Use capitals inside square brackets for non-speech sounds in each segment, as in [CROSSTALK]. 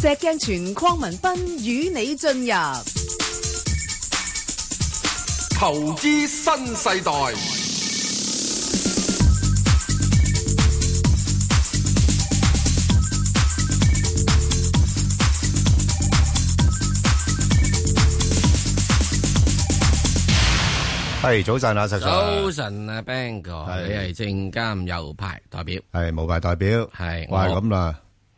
石鏡泉鄺民彬與你進入投資新世代，係早晨啊，石 Sir。早晨啊，Bang 哥，係你係證監右派代表，係無牌代表。係哇，我咁啦，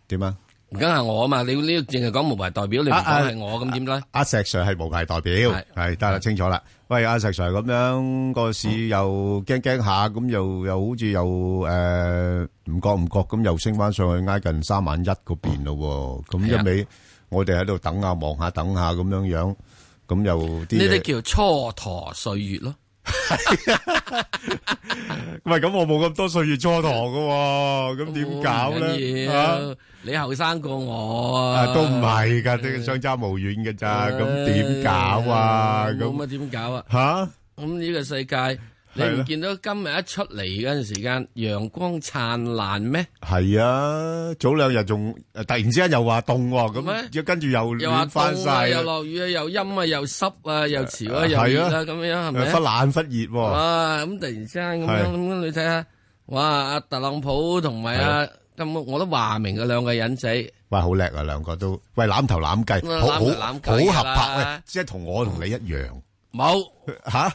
點啊？而家係我啊嘛，你呢淨係講無牌代表，你唔啊啊講係我咁點咧？阿石 Sir 係無牌代表，係係得啦，清楚啦。喂，阿石 Sir 咁樣個市又驚驚下，咁又又好似又誒唔覺唔覺咁又升翻上去，挨近三萬一嗰邊咯喎。咁係啊一味我哋喺度等下望下等下咁樣樣，咁又啲呢嘢啲叫蹉跎歲月咯。喂，咁我冇咁多歲月蹉跎噶，咁點搞唔緊咧？啊要？你後生過我啊啊，，都唔係㗎，啲相差無遠㗎咋，Ừ, 咁點搞啊？唉冇咁乜點搞啊？吓？咁呢個世界，你係啦唔見到今日一出嚟嗰陣時間，陽光燦爛咩？係啊，早兩日仲呃突然之間又話凍喎，咩咁又跟住又又話暖翻凍啊，晒又啦，落雨啊，又陰啊，又濕啊，又潮啊，誒又熱係啊，啊咁樣係咪啊忽？冷忽熱喎，哇！咁突然之間咁係樣咁，你睇下，哇！阿特朗普同埋阿咁，我都話明嘅兩個人仔，喂，好叻啊，兩個都，喂，攬頭攬計，咁啊好攬頭攬計好好合㗎拍，啦喂，即係同我同你一樣 [LAUGHS] 冇吓？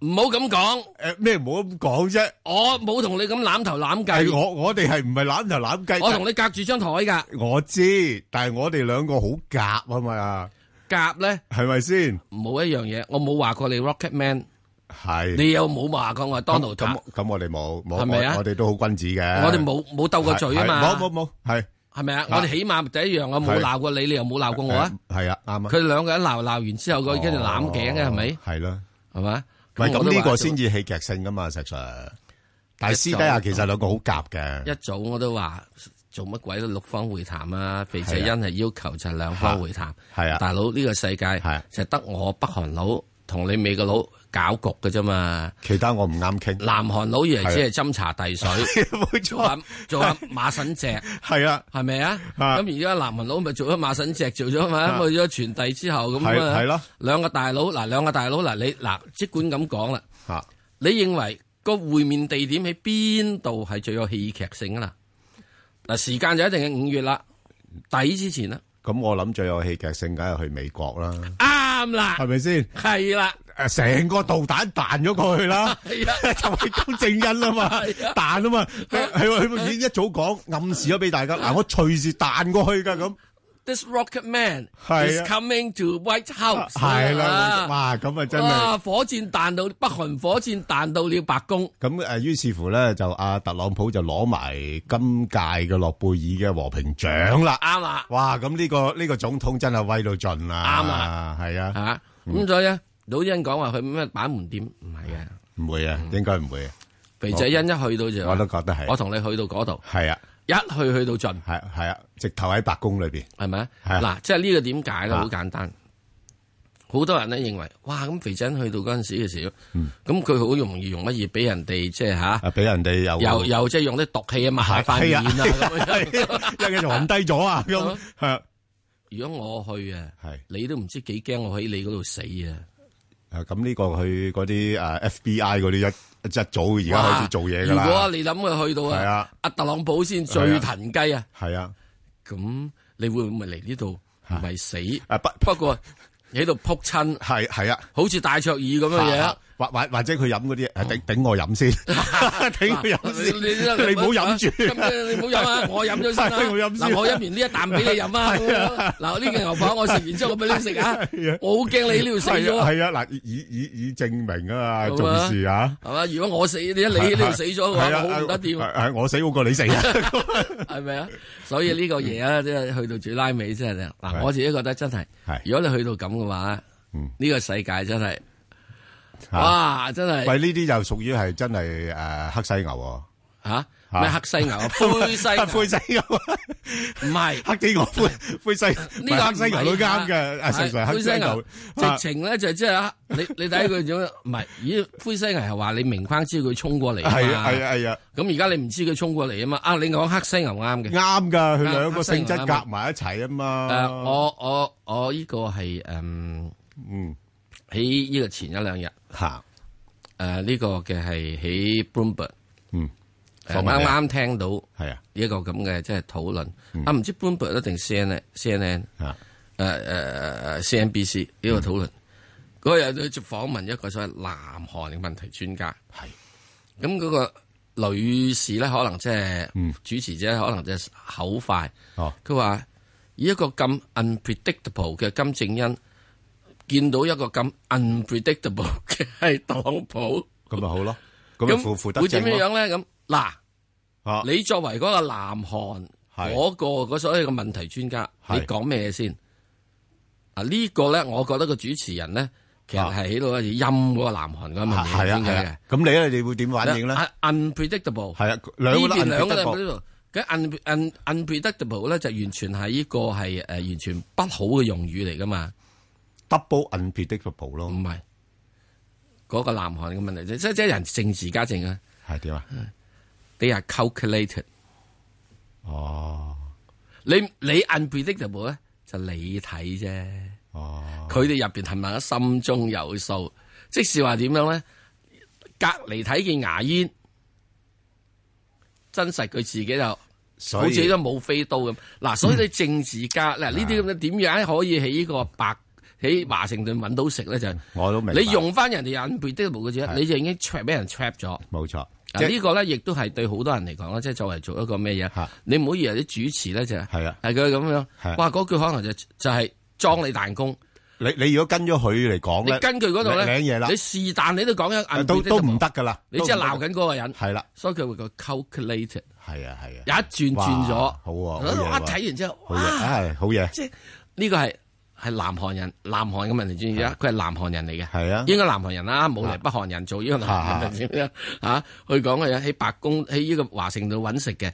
唔好咁講，誒咩唔好咁講啫，我冇同你咁攬頭攬係計，我我哋係唔係攬頭攬計？我同你隔住張台㗎，我知，但係我哋兩個好夾啊嘛，夾咧係咪先？冇一樣嘢，我冇話過你 Rocket Man，係。你又冇話過我係 Donald 咁 Trump，咁我哋冇冇，係咪啊我我哋都好君子嘅。我哋冇冇鬥過嘴啊係嘛，係冇冇冇，係係咪啊？啊我哋起碼第一樣我冇係鬧過你，你又冇鬧過我啊。，係啊，啱啊。佢兩個人鬧鬧完之後，佢 Ờ. 跟住攬頸嘅係咪？係啦，係咪？喂，我都咁呢話個咗先至戲劇性噶嘛，石 Sir。但係私底下其實兩個好夾嘅，一早我都話做乜鬼都六方會談啊！肥仔欣係要求就係兩方會談。係啊，大佬呢個世界係就係得我北韓佬同你美國佬搞局嘅啫嘛。其他我唔啱傾。南韓佬以為只係斟茶 [LAUGHS] 遞水，冇做下錯，做下馬 [LAUGHS] 神隻，係啊，係咪啊？啊咁而家南韓佬咪做咗馬神隻，做咗嘛，啊咁去咗傳遞之後咁係係啊，咯，兩個大佬嗱，兩個大佬嗱，你嗱，即管咁講啦，嚇你認為個會面地點喺邊度係最有戲劇性啊啦？嗱，時間就一定係五月啦，底之前啦，咁我諗最有戲劇性梗係去美國啦，啱啦係，咪先？係啦，誒，成個導彈彈咗過去啦。係 [LAUGHS] 啊，就係金正恩啊嘛，彈啊嘛，係係佢已經一早講暗示咗俾大家，嗱我隨時彈過去噶咁， ，This Rocket Man 係 is 啊 coming to White House，係啦，啊，哇咁啊真係，哇，火箭彈到北韓火箭彈到了白宮，咁誒於是乎咧就阿特朗普就攞埋今屆嘅諾貝爾嘅和平獎啦，啱啊啦，哇咁呢個呢個總統真係威到盡啦，啱啊，係啊，吓，咁所以咧，老欣講話佢咩板門店，唔係嘅，唔會啊，應該唔會啊，肥仔欣一去到就話，我都覺得我係，同你去到嗰度，係啊，一去去到盡。係係啊，直頭喺白宮裏邊，係咪啊？係啊嗱，即係呢個點解咧？啊好簡單，好多人咧認為，哇！咁肥仔去到嗰陣時嘅時候，咁佢好容易用乜嘢俾人哋即係吓，嗯啊俾人哋又又又即係用啲毒氣啊抹下塊面啊咁樣。一嘅就暈低咗啊咁，係啊如果我去啊，係。你都唔知幾驚我喺你嗰度死啊！啊，咁呢個佢嗰啲啊 FBI 嗰啲一一早而家開始做嘢噶哇如果啦，你諗佢去到係啊啊，阿特朗普先最騰雞啊！係啊，咁你會唔會嚟呢度？唔係死，啊不不過你喺度撲親，係係啊，好似戴卓爾咁嘅啊嘢啊。或或或者佢飲嗰啲啊頂頂我 [LAUGHS] 飲先，頂佢飲先，你你唔好飲住，咁你唔好飲啊！我飲咗先啦。係我飲先嗱，我飲完呢一啖俾你飲 [LAUGHS] 啊。嗱，呢件牛扒我食完之後，我俾你食啊。我好驚你呢度死係咗啊啊，係啊，嗱以以以證明啊嘛，好啊做事啊，係嘛？如果我死，你一你呢度死咗嘅話，係啊我好唔得掂，係係我死好過你死 [LAUGHS] 啊，係咪啊？所以呢個嘢啊，即係去到最拉尾真係嗱，係我自己覺得真係，係如果你去到咁嘅話嗯，呢個世界真係嚇哇，真係喂呢啲就屬於係真係誒黑犀牛喎，吓嚇咩黑犀牛、灰犀 [LAUGHS] 牛，唔 [LAUGHS] 係黑天鵝，灰-灰犀-呢個唔係黑犀牛都啱嘅，係石Sir，灰犀牛黑犀牛，啊，直情咧就即係啊你你睇佢點樣，唔係咦灰犀牛係話你明框知佢衝過嚟嘛係啊，係啊，係啊，啱㗎，佢咁而家你唔知佢衝過嚟啊嘛，啊你講黑犀牛啱嘅，誒、兩個黑犀性牛質啱啊。夾埋一齊啊嘛。我我我呢個係誒喺呢個前一兩日，誒、嗯，嚇，嗯，呢、個嘅係喺 Bloomberg 誒訪問你啱啊嗯啱聽到呢一個咁嘅即係討論，啊唔知 Bloomberg 一定 CNN CNN 係啊，嚇，嗯，誒誒誒 CNBC 呢個嗯討論，嗰日都接訪問一個所謂南韓嘅問題專家，係咁嗰個女士咧，可能即係嗯主持者，可能即係口快。哦佢話以一個咁 unpredictable 嘅金正恩，見到一個咁 unpredictable 嘅係特朗普，咁咪好咯，咁咪負-負得會點正咯，啊樣咧？咁嗱，嚇，你作為嗰個南韓係嗰個嗰所謂嘅問題專家，你係講咩先？啊，呢個咧，我覺得個主持人咧，其實係喺度陰嗰個南韓嗰個問題啊係啊，專家嘅。係啊，咁你咧，你會點反應咧？ unpredictable。係啊，兩個都呢邊兩個 unpredictable。都係 unpredictable，咁 un un unpredictable 咧就完全係呢個係誒完全不好嘅用語嚟噶嘛， double unpredictable 咯，唔係嗰個南韓嘅問題，即即即係人政治家政啊係點啊？ ，they are calculated 哦你。你 unpredictable 咧就你睇啫，哦，佢哋入邊係咪心中有數？即是話點樣咧？隔離睇見牙煙，真實佢自己就。所好似以啊都冇飛刀咁。 [LAUGHS] 嗱，所以你政治家嗱呢啲咁嘅點解可以喺呢個白喺華盛頓揾到食咧？就係我都明白，你用翻人哋 unpredictable 係嘅啫，你就已經 trap 俾人 trap 咗。冇錯，即嗱係呢個咧，亦都係對好多人嚟講咧，即係作為做一個咩嘢嚇？你唔好以為啲主持咧就係係啊係佢咁係樣，哇！嗰句可能就就係裝你彈弓，你你如果跟咗佢嚟講你咧，根據嗰度領嘢咧啦，啊你是但你都講緊 unpredictable，都都唔得噶啦，你即係鬧緊嗰個人，係啦，所以佢會個 calculated 係啊係啊一，轉轉咗，哇好啊好嘢我喎睇完之後，好嘢，啊哇！唉好嘢，即係呢個係係南韓人，南韓嘅問題專啊家，佢係南韓人嚟嘅，係啊應該南韓人啦，冇嚟北韓人做呢個南韓人專家嚇。佢講嘅喺白宮喺呢個華盛頓揾食嘅，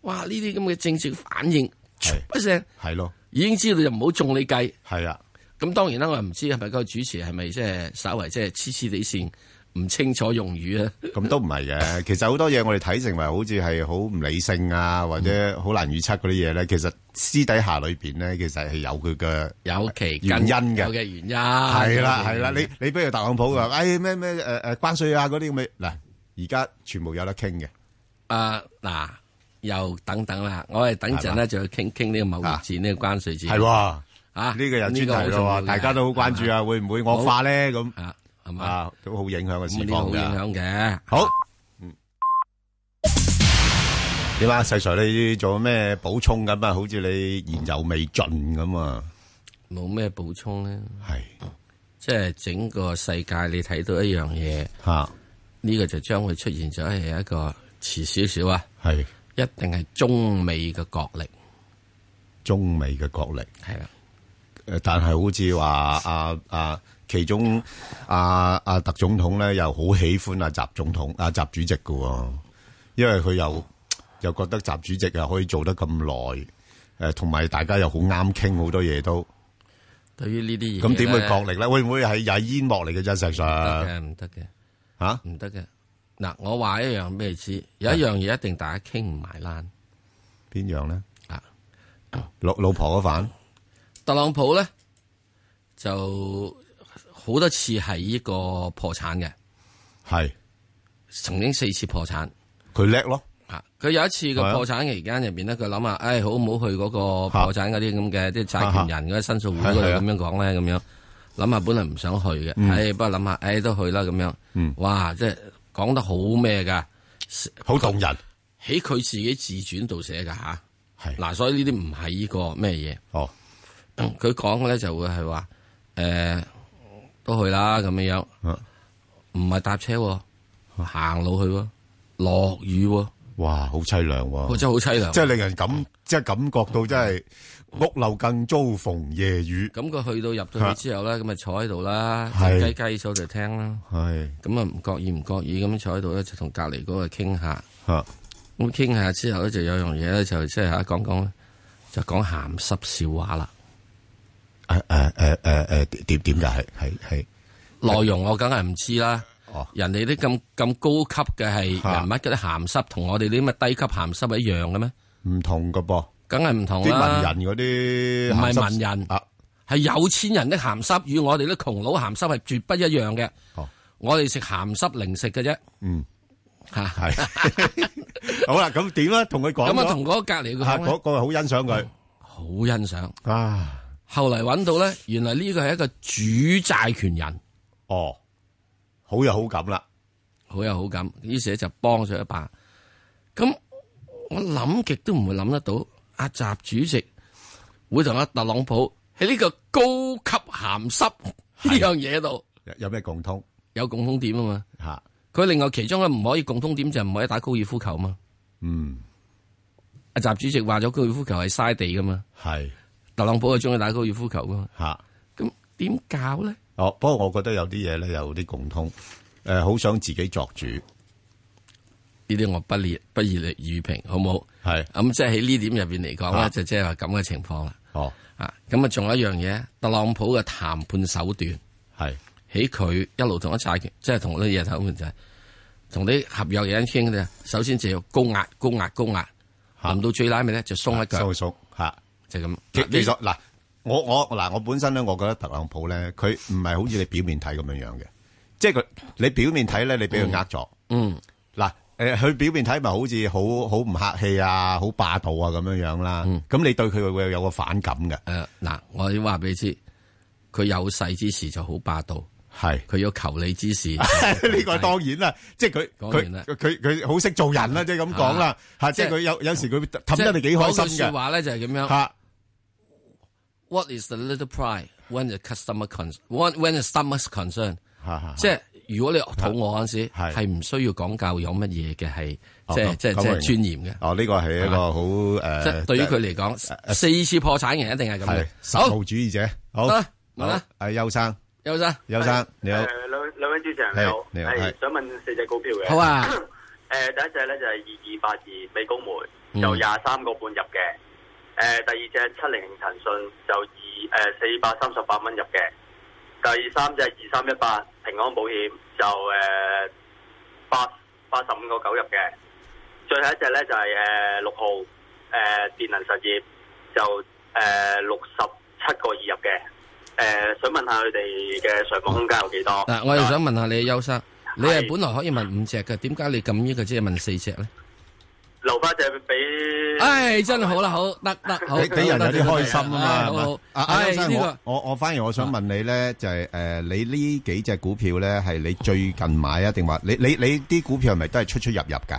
哇！呢啲咁嘅政治反應，係一聲係咯，已經知道就唔好中你計。係啊，咁當然啦，我又唔知係咪個主持係咪即係稍為即係黐黐地線，唔清楚用語啊。咁都唔係嘅，其實好多嘢我哋睇成為好似係好唔理性啊，或者好難預測嗰啲嘢咧，其實私底下裏邊咧，其實係 [LAUGHS] 有佢嘅。有其原因嘅有嘅原因嗯係啦，係啦，你你不如特朗普話，哎咩咩誒誒關税啊嗰啲咁嘅，嗱而家全部有得傾嘅，啊嗱，又等等啦，我哋等陣咧就要傾傾呢個貿易戰呢個關税戰。啊係喎。啊，呢個有專題呢個好咯重要喎，嘅大家都好關注啊，會唔會惡化咧？咁啊，係嘛？啊，都好影響個市咁呢個好況影㗎。響嘅。好，嗯，點啊，細 Sir，你仲有咩補充咁啊？好似你言猶未盡咁啊，冇咩補充咧，係即係整個世界你睇到一樣嘢，嚇，呢個就將會出現咗係一個遲少少啊，係一定係中美嘅角力，中美嘅角力。係啦。誒，但係好似話啊啊，其中啊啊特總統咧又好喜歡啊習總統啊習主席嘅喎，因為佢又又覺得習主席啊可以做得咁耐，誒同埋大家又好啱傾好多嘢都，對於呢啲嘢，咁點會角？力啊咧？會唔會係又係煙幕嚟嘅啫？石唔得 Sir 嘅，唔得嘅，嚇唔得嘅。嗱，我話一樣咩知？有一樣嘢一定大家傾唔埋欄邊樣咧？啊！老老婆嗰飯特朗普咧就好多次係呢個破產嘅，係曾經四次破產。佢叻咯，啊！佢有一次係個啊破產期間入邊咧，佢諗下，唉，好唔好去嗰個破產嗰啲咁嘅，即係債權人嗰啲申訴會嗰度係係啊咁樣講咧，咁樣諗下，本來唔想去嗯嘅，唉，不過諗下，唉，都去啦咁樣。哇！即係講得好咩噶，好動人喺佢自己自傳度寫噶吓。係嗱，所以呢啲唔係呢個咩嘢，哦佢講嘅咧就會係話，誒，都去啦咁樣樣，啊唔係搭車喎，行路去喎，落雨喎，哇，好凄涼喎哇！真係好凄涼。即係令人感，即係感覺到真係屋漏更遭逢夜雨。咁佢去到入到去之後咧，咁咪坐喺度啦，係雞雞手就聽啦。係咁啊唔覺意唔覺意咁坐喺度咧，就同隔離嗰個傾下。吓咁傾下之後咧，就有樣嘢咧，就即係嚇講講，就講鹹濕笑話啦。诶诶诶诶诶，点点解系系系內容我梗係唔知啦。哦人哋啲咁咁高級嘅係嚇人物嗰啲鹹濕，同我哋啲咁嘅低級鹹濕係一樣嘅咩？唔同噶噃？梗係唔同啲啦。文人嗰啲唔鹹係濕文人啊，係有錢人的鹹濕，與我哋啲窮佬鹹濕係絕不一樣嘅。哦我哋食鹹濕零食嘅啫。嗯嚇，系 [LAUGHS] 好啦，咁點啊？同佢講咁啊，咗同嗰個隔離嘅啊講咧嗰個好欣賞佢好欣賞。啊，後嚟揾到咧，原來呢個係一個主債權人，哦，好有好感啦，好有好感，於是咧就幫咗一把。咁我諗極都唔會諗得到，阿習主席會同阿特朗普喺呢個高級鹹濕呢樣嘢度有有咩共通有共通點啊嘛。吓？佢另外其中嘅唔可以共通點就係唔可以打高爾夫球嘛。嗯，阿習主席話咗高爾夫球係嘥地噶嘛，係特朗普係中意打高爾夫球噶嘛。吓。咁點搞咧？哦，不過我覺得有啲嘢咧有啲共通，诶、好想自己作主，呢啲我不列不熱力預評，好冇？係咁即係喺呢點入邊嚟講啊咧，就即係話咁嘅情況啦。哦，啊，咁啊，仲有一樣嘢，特朗普嘅談判手段，係喺佢一路同一債權，即係同嗰啲嘢談判就係同啲合約人傾嘅啫。首先就要高壓、高壓、高壓，嚇臨到最拉尾咧就鬆一收，腳縮吓。就咁。其嗱其實呢嗱，我我嗱，我本身咧，我覺得特朗普咧，佢唔係好似你表面睇咁樣樣嘅，即係佢你表面睇咧，你俾佢呃咗。嗯嗱，誒佢表面睇咪好似好好唔客氣啊，好霸道啊咁樣樣啦。嗯咁你對佢會有個反感嘅，誒嗱，我要話俾你知，佢有勢之時就好霸道，係佢要求你之 [LAUGHS] 時呢個當然啦，即係佢當然啦啊佢佢佢好識做人啦，即係咁講啦嚇，即係即係佢有有時佢氹得你幾開心嘅嘅話咧就係咁樣。嚇， What is the little pride when the customer con when when the stomach's concern？嚇嚇即係如果你肚餓嗰陣時，係係唔需要講究有乜嘢嘅係哦即係咁即係咁即係明尊嚴嘅。哦，呢個係一個好即誒，係對於佢嚟講，四次破產人一定係咁係嘅。實好，務主義者，好得啊啦問啦，好，誒邱生。邱生，邱生，你好，誒兩兩位主持人你好，你好係係想問四隻股票嘅。好。啊，誒第一隻咧就係二二八二美高梅，嗯就廿三個半入嘅。誒第二隻七零零騰訊就二誒四百三十八蚊入嘅。第三隻二三一八平安保險就誒八八十五個九入嘅。最後一隻咧就係誒六號誒電能實業就誒六十七個二入嘅。誒、想問下佢哋嘅上網空間有幾多？嗱，我又想問下你，邱生，你係係本來可以問五隻嘅，點解你咁呢個只係問四隻咧？留翻隻俾。唉，真係好啦，好得得好，俾俾人有啲開心啊唉嘛，係好嘛好？啊啊唉邱生呢我個啊我我反而我想問你咧，就係誒你呢幾隻股票咧，係你最近買啊，定話你你你啲股票係咪都係出出入入㗎？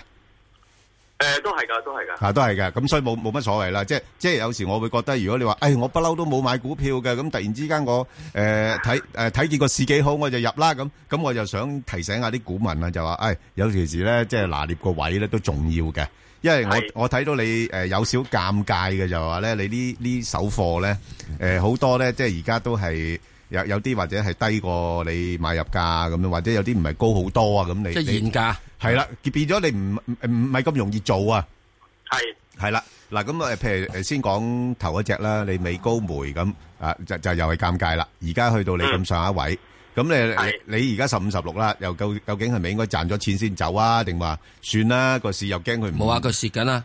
诶、呃都係㗎，都係㗎。啊，都係嘅，咁所以冇冇乜所謂啦。即係即係有時我會覺得，如果你話，诶、我不嬲都冇買股票嘅，咁突然之間我诶睇诶睇见個市幾好，我就入啦。咁咁我就想提醒下啲股民啊，就話，诶、有時時咧，即係拿捏個位咧都重要嘅，因為係我我睇到你诶、誒有少尷尬嘅，就話咧，你呢呢手貨咧，诶、好多咧，即係而家都係。有有啲或者係低過你買入價咁樣，或者有啲唔係高好多啊咁你即係你現價，係啦，變咗你唔唔唔係咁容易做啊。係系啦，嗱咁诶，譬如诶，先講頭嗰只啦，你美高梅咁啊，就就又係尷尬啦。而家去到你咁上下位，咁係你你你而家十五十六啦，又究究竟係咪應該賺咗錢先走啊？定話算啦，個市又驚佢唔冇話佢蝕緊啦。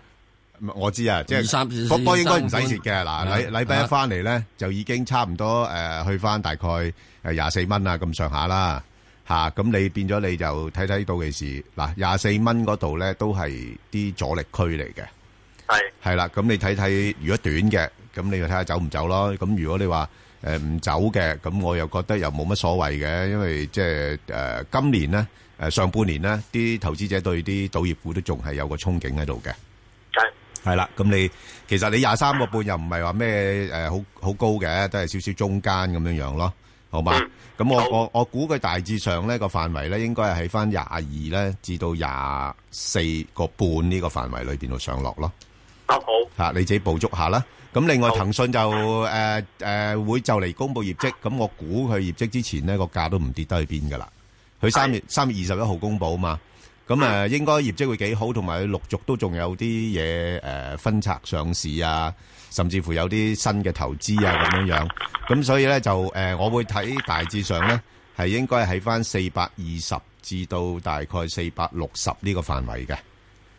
我知啊，即二三係波波應該唔使蝕嘅。二嗱，三禮半禮拜一翻嚟咧，就已經差唔多誒去翻大概誒廿四蚊啊咁上下啦嚇。咁你變咗你就睇睇到嘅時嗱廿四蚊嗰度咧，都係啲阻力區嚟嘅。係係啦，咁你睇睇，如果短嘅，咁你就睇下走唔走咯。咁如果你話誒唔走嘅，咁我又覺得又冇乜所謂嘅，因為即係誒今年咧，誒、上半年咧，啲投資者對啲賭業股都仲係有個憧憬喺度嘅。係係啦，咁你其實你廿三個半又唔係話咩誒好好高嘅，都係少少中間咁樣樣咯，好嘛？嗯咁我好我我估佢大致上呢個範圍咧，應該係喺翻廿二咧至到廿四個半呢個範圍裏邊度上落咯。啱哦好。吓你自己捕捉下啦。咁另外好騰訊就誒誒會就嚟公布業績，咁我估佢業績之前呢個價都唔跌得去邊噶啦。佢三月三月二十一號公布啊嘛，咁誒、呃應該業績會幾好，同埋佢陸續都仲有啲嘢誒分拆上市啊，甚至乎有啲新嘅投資啊咁樣樣。咁所以咧就誒、呃我會睇大致上咧係應該喺翻四百二十至到大概四百六十呢個範圍嘅。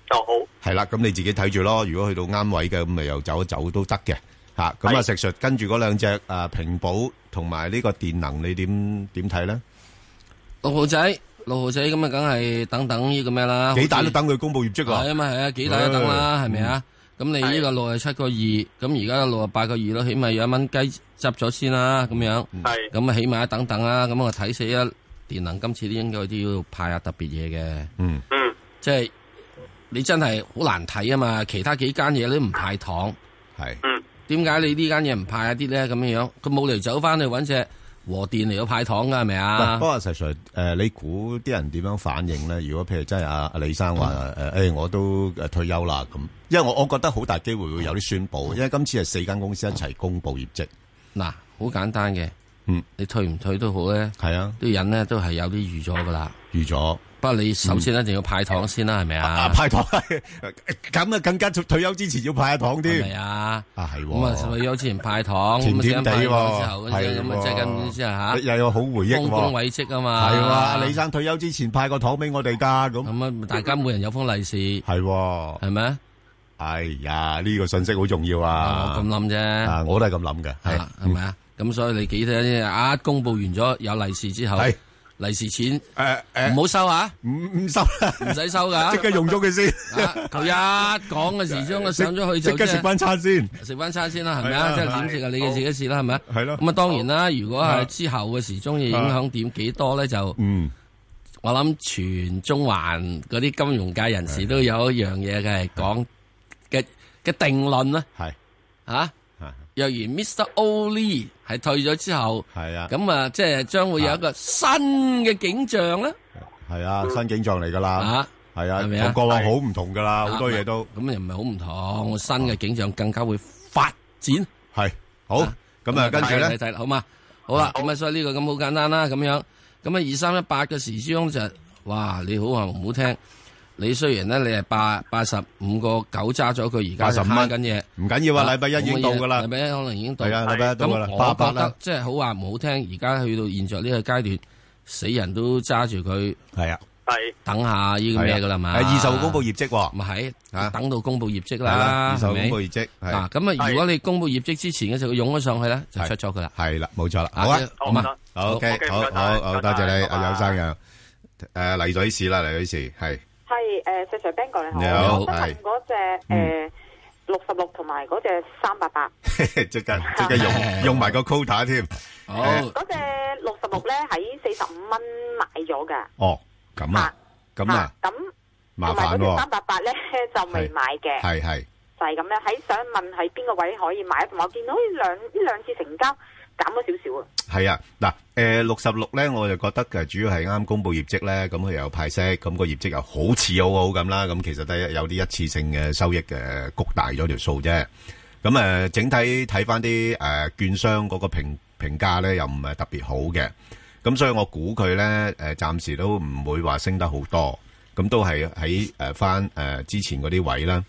就哦好。係啦，咁你自己睇住咯。如果去到啱位嘅，咁咪又走一走都得嘅。吓，咁啊，係石 Sir 跟住嗰兩隻啊平保同埋呢個電能，你點點睇咧？六號仔，六號仔咁啊，梗係等等呢個咩啦？幾大啊好都似等佢公布業績係啊！啊嘛，係啊，幾大一等啦，係咪嗯啊？咁你呢個六啊七個二，咁而家六啊八個二咯，起碼有一蚊雞執咗先啦，咁樣。嗯係咁啊，起碼一等等啦。咁我睇死啊，電能今次都應該都要派下特別嘢嘅，嗯，嗯即係你真係好難睇啊嘛。其他幾間嘢都唔派糖，係嗯點解你呢間嘢唔派一啲咧？咁樣樣，佢冇嚟走翻去揾只和電嚟到派糖㗎，係咪喂啊不？過石 Sir，誒，你估啲人點樣反應咧？如果譬如真係阿阿李生話嗯誒，誒，我都誒退休啦咁，因為我我覺得好大機會會有啲宣嗯佈，因為今次係四間公司一齊公布業績。嗱，好簡單嘅，嗯，你退唔退都好咧，係啊，啲人咧都係有啲預咗㗎啦。預咗不過你首先一定要派糖先啦，係咪啊啊？派糖， [LAUGHS] 咁啊更加退休之前要派下糖係添咪。啊？啊係喎咁啊，退休之前派糖，甜咁甜先地派喎糖之後，係咁啊，即係喎咁之後吓，又有好回憶豐功喎。偉績啊係嘛，喎，阿李生退休之前派個糖俾我哋㗎，咁咁啊，大家每人有 [LAUGHS] 封利是，係喎。係咪？哎呀，呢個信息好重要啊我啊咁！諗啫，啊，我都係咁諗嘅，係係係咪啊？咁所以你幾睇啊？公佈完咗有利是之後，係利是錢誒誒唔，好收啊，唔唔收啦，唔使收 [LAUGHS] 噶即。刻用咗佢先，啊佢一講嘅時鐘，佢 [LAUGHS] 上咗 [LAUGHS] 去即就刻即係食翻餐先，食翻餐先啦，係咪係啊啊？即係啊點食啊？你嘅自己事啦，係咪啊？係咯咁啊，當然啦，如果係之後嘅時鐘要影響點幾多咧，就嗯，我諗全中環嗰啲金融界人士都有一樣嘢嘅係講嘅嘅定論啦，係嚇。係若然 Mr. Oli 係退咗之後，係啊，咁啊，即係將會有一個新嘅景象啦，係啊，新景象嚟㗎啦，嚇。係啊，係咪啊同過往好唔同㗎啦，好多嘢都咁又唔係好唔同，新嘅景象更加會發展。係好，咁啊，跟住睇咧，睇好嘛，好啦，咁啊，所以呢個咁好簡單啦，咁樣，咁啊，二三一八嘅時鐘就，哇，你好話唔好聽，你雖然咧你係八八十五個九揸咗佢，而家85蚊緊嘢，唔緊要啊，禮拜一已經到㗎啦禮，拜一可能已經到，係啊，禮拜一到㗎啦，咁八我八覺啦得，即係好話唔好聽，而家去到現在呢個階段，死人都揸住佢係啊，係等下呢個咩㗎啦嘛，係二十號公佈業績喎，咪係啊等到公佈業績係啦，啦，二十係號咪公佈業績係。嗱，咁啊，如果你公佈業績之前嘅時候，佢湧咗上去咧，就係出咗佢啦。系啦，冇错啦，好啊，好好嘛得好 OK， OK，好唔該晒好好，唔多該晒謝你，拜拜阿有生嘅，诶，黎女士啦，黎女士係 [LAUGHS] 係誒，石 Sir Ben 哥你好，你好我想係嗯問嗰只誒六十六同埋嗰只三八八，即 [LAUGHS] 刻即刻用用埋個 quota 添，好，啊嗰只六十六咧喺四十五蚊買咗㗎，哦，咁啊，咁啊嚇，咁麻同埋煩嗰只喎三，八八咧 [LAUGHS] 就未買嘅，係係就係咁咧。喺想問喺邊個位可以買？同埋我見到呢兩呢兩次成交減咗少少啊，係啊，嗱，诶，六十六咧，我就覺得嘅主要係啱公布業績咧，咁佢又有派息，咁個業績又好似好好咁啦，咁其實都係有啲一次性嘅收益嘅谷大咗條數啫。咁誒、呃整體睇翻啲誒券商嗰個評評價咧，又唔係特別好嘅。咁所以我估佢咧誒，暫時都唔會話升得好多。咁都係喺誒翻誒之前嗰啲位啦，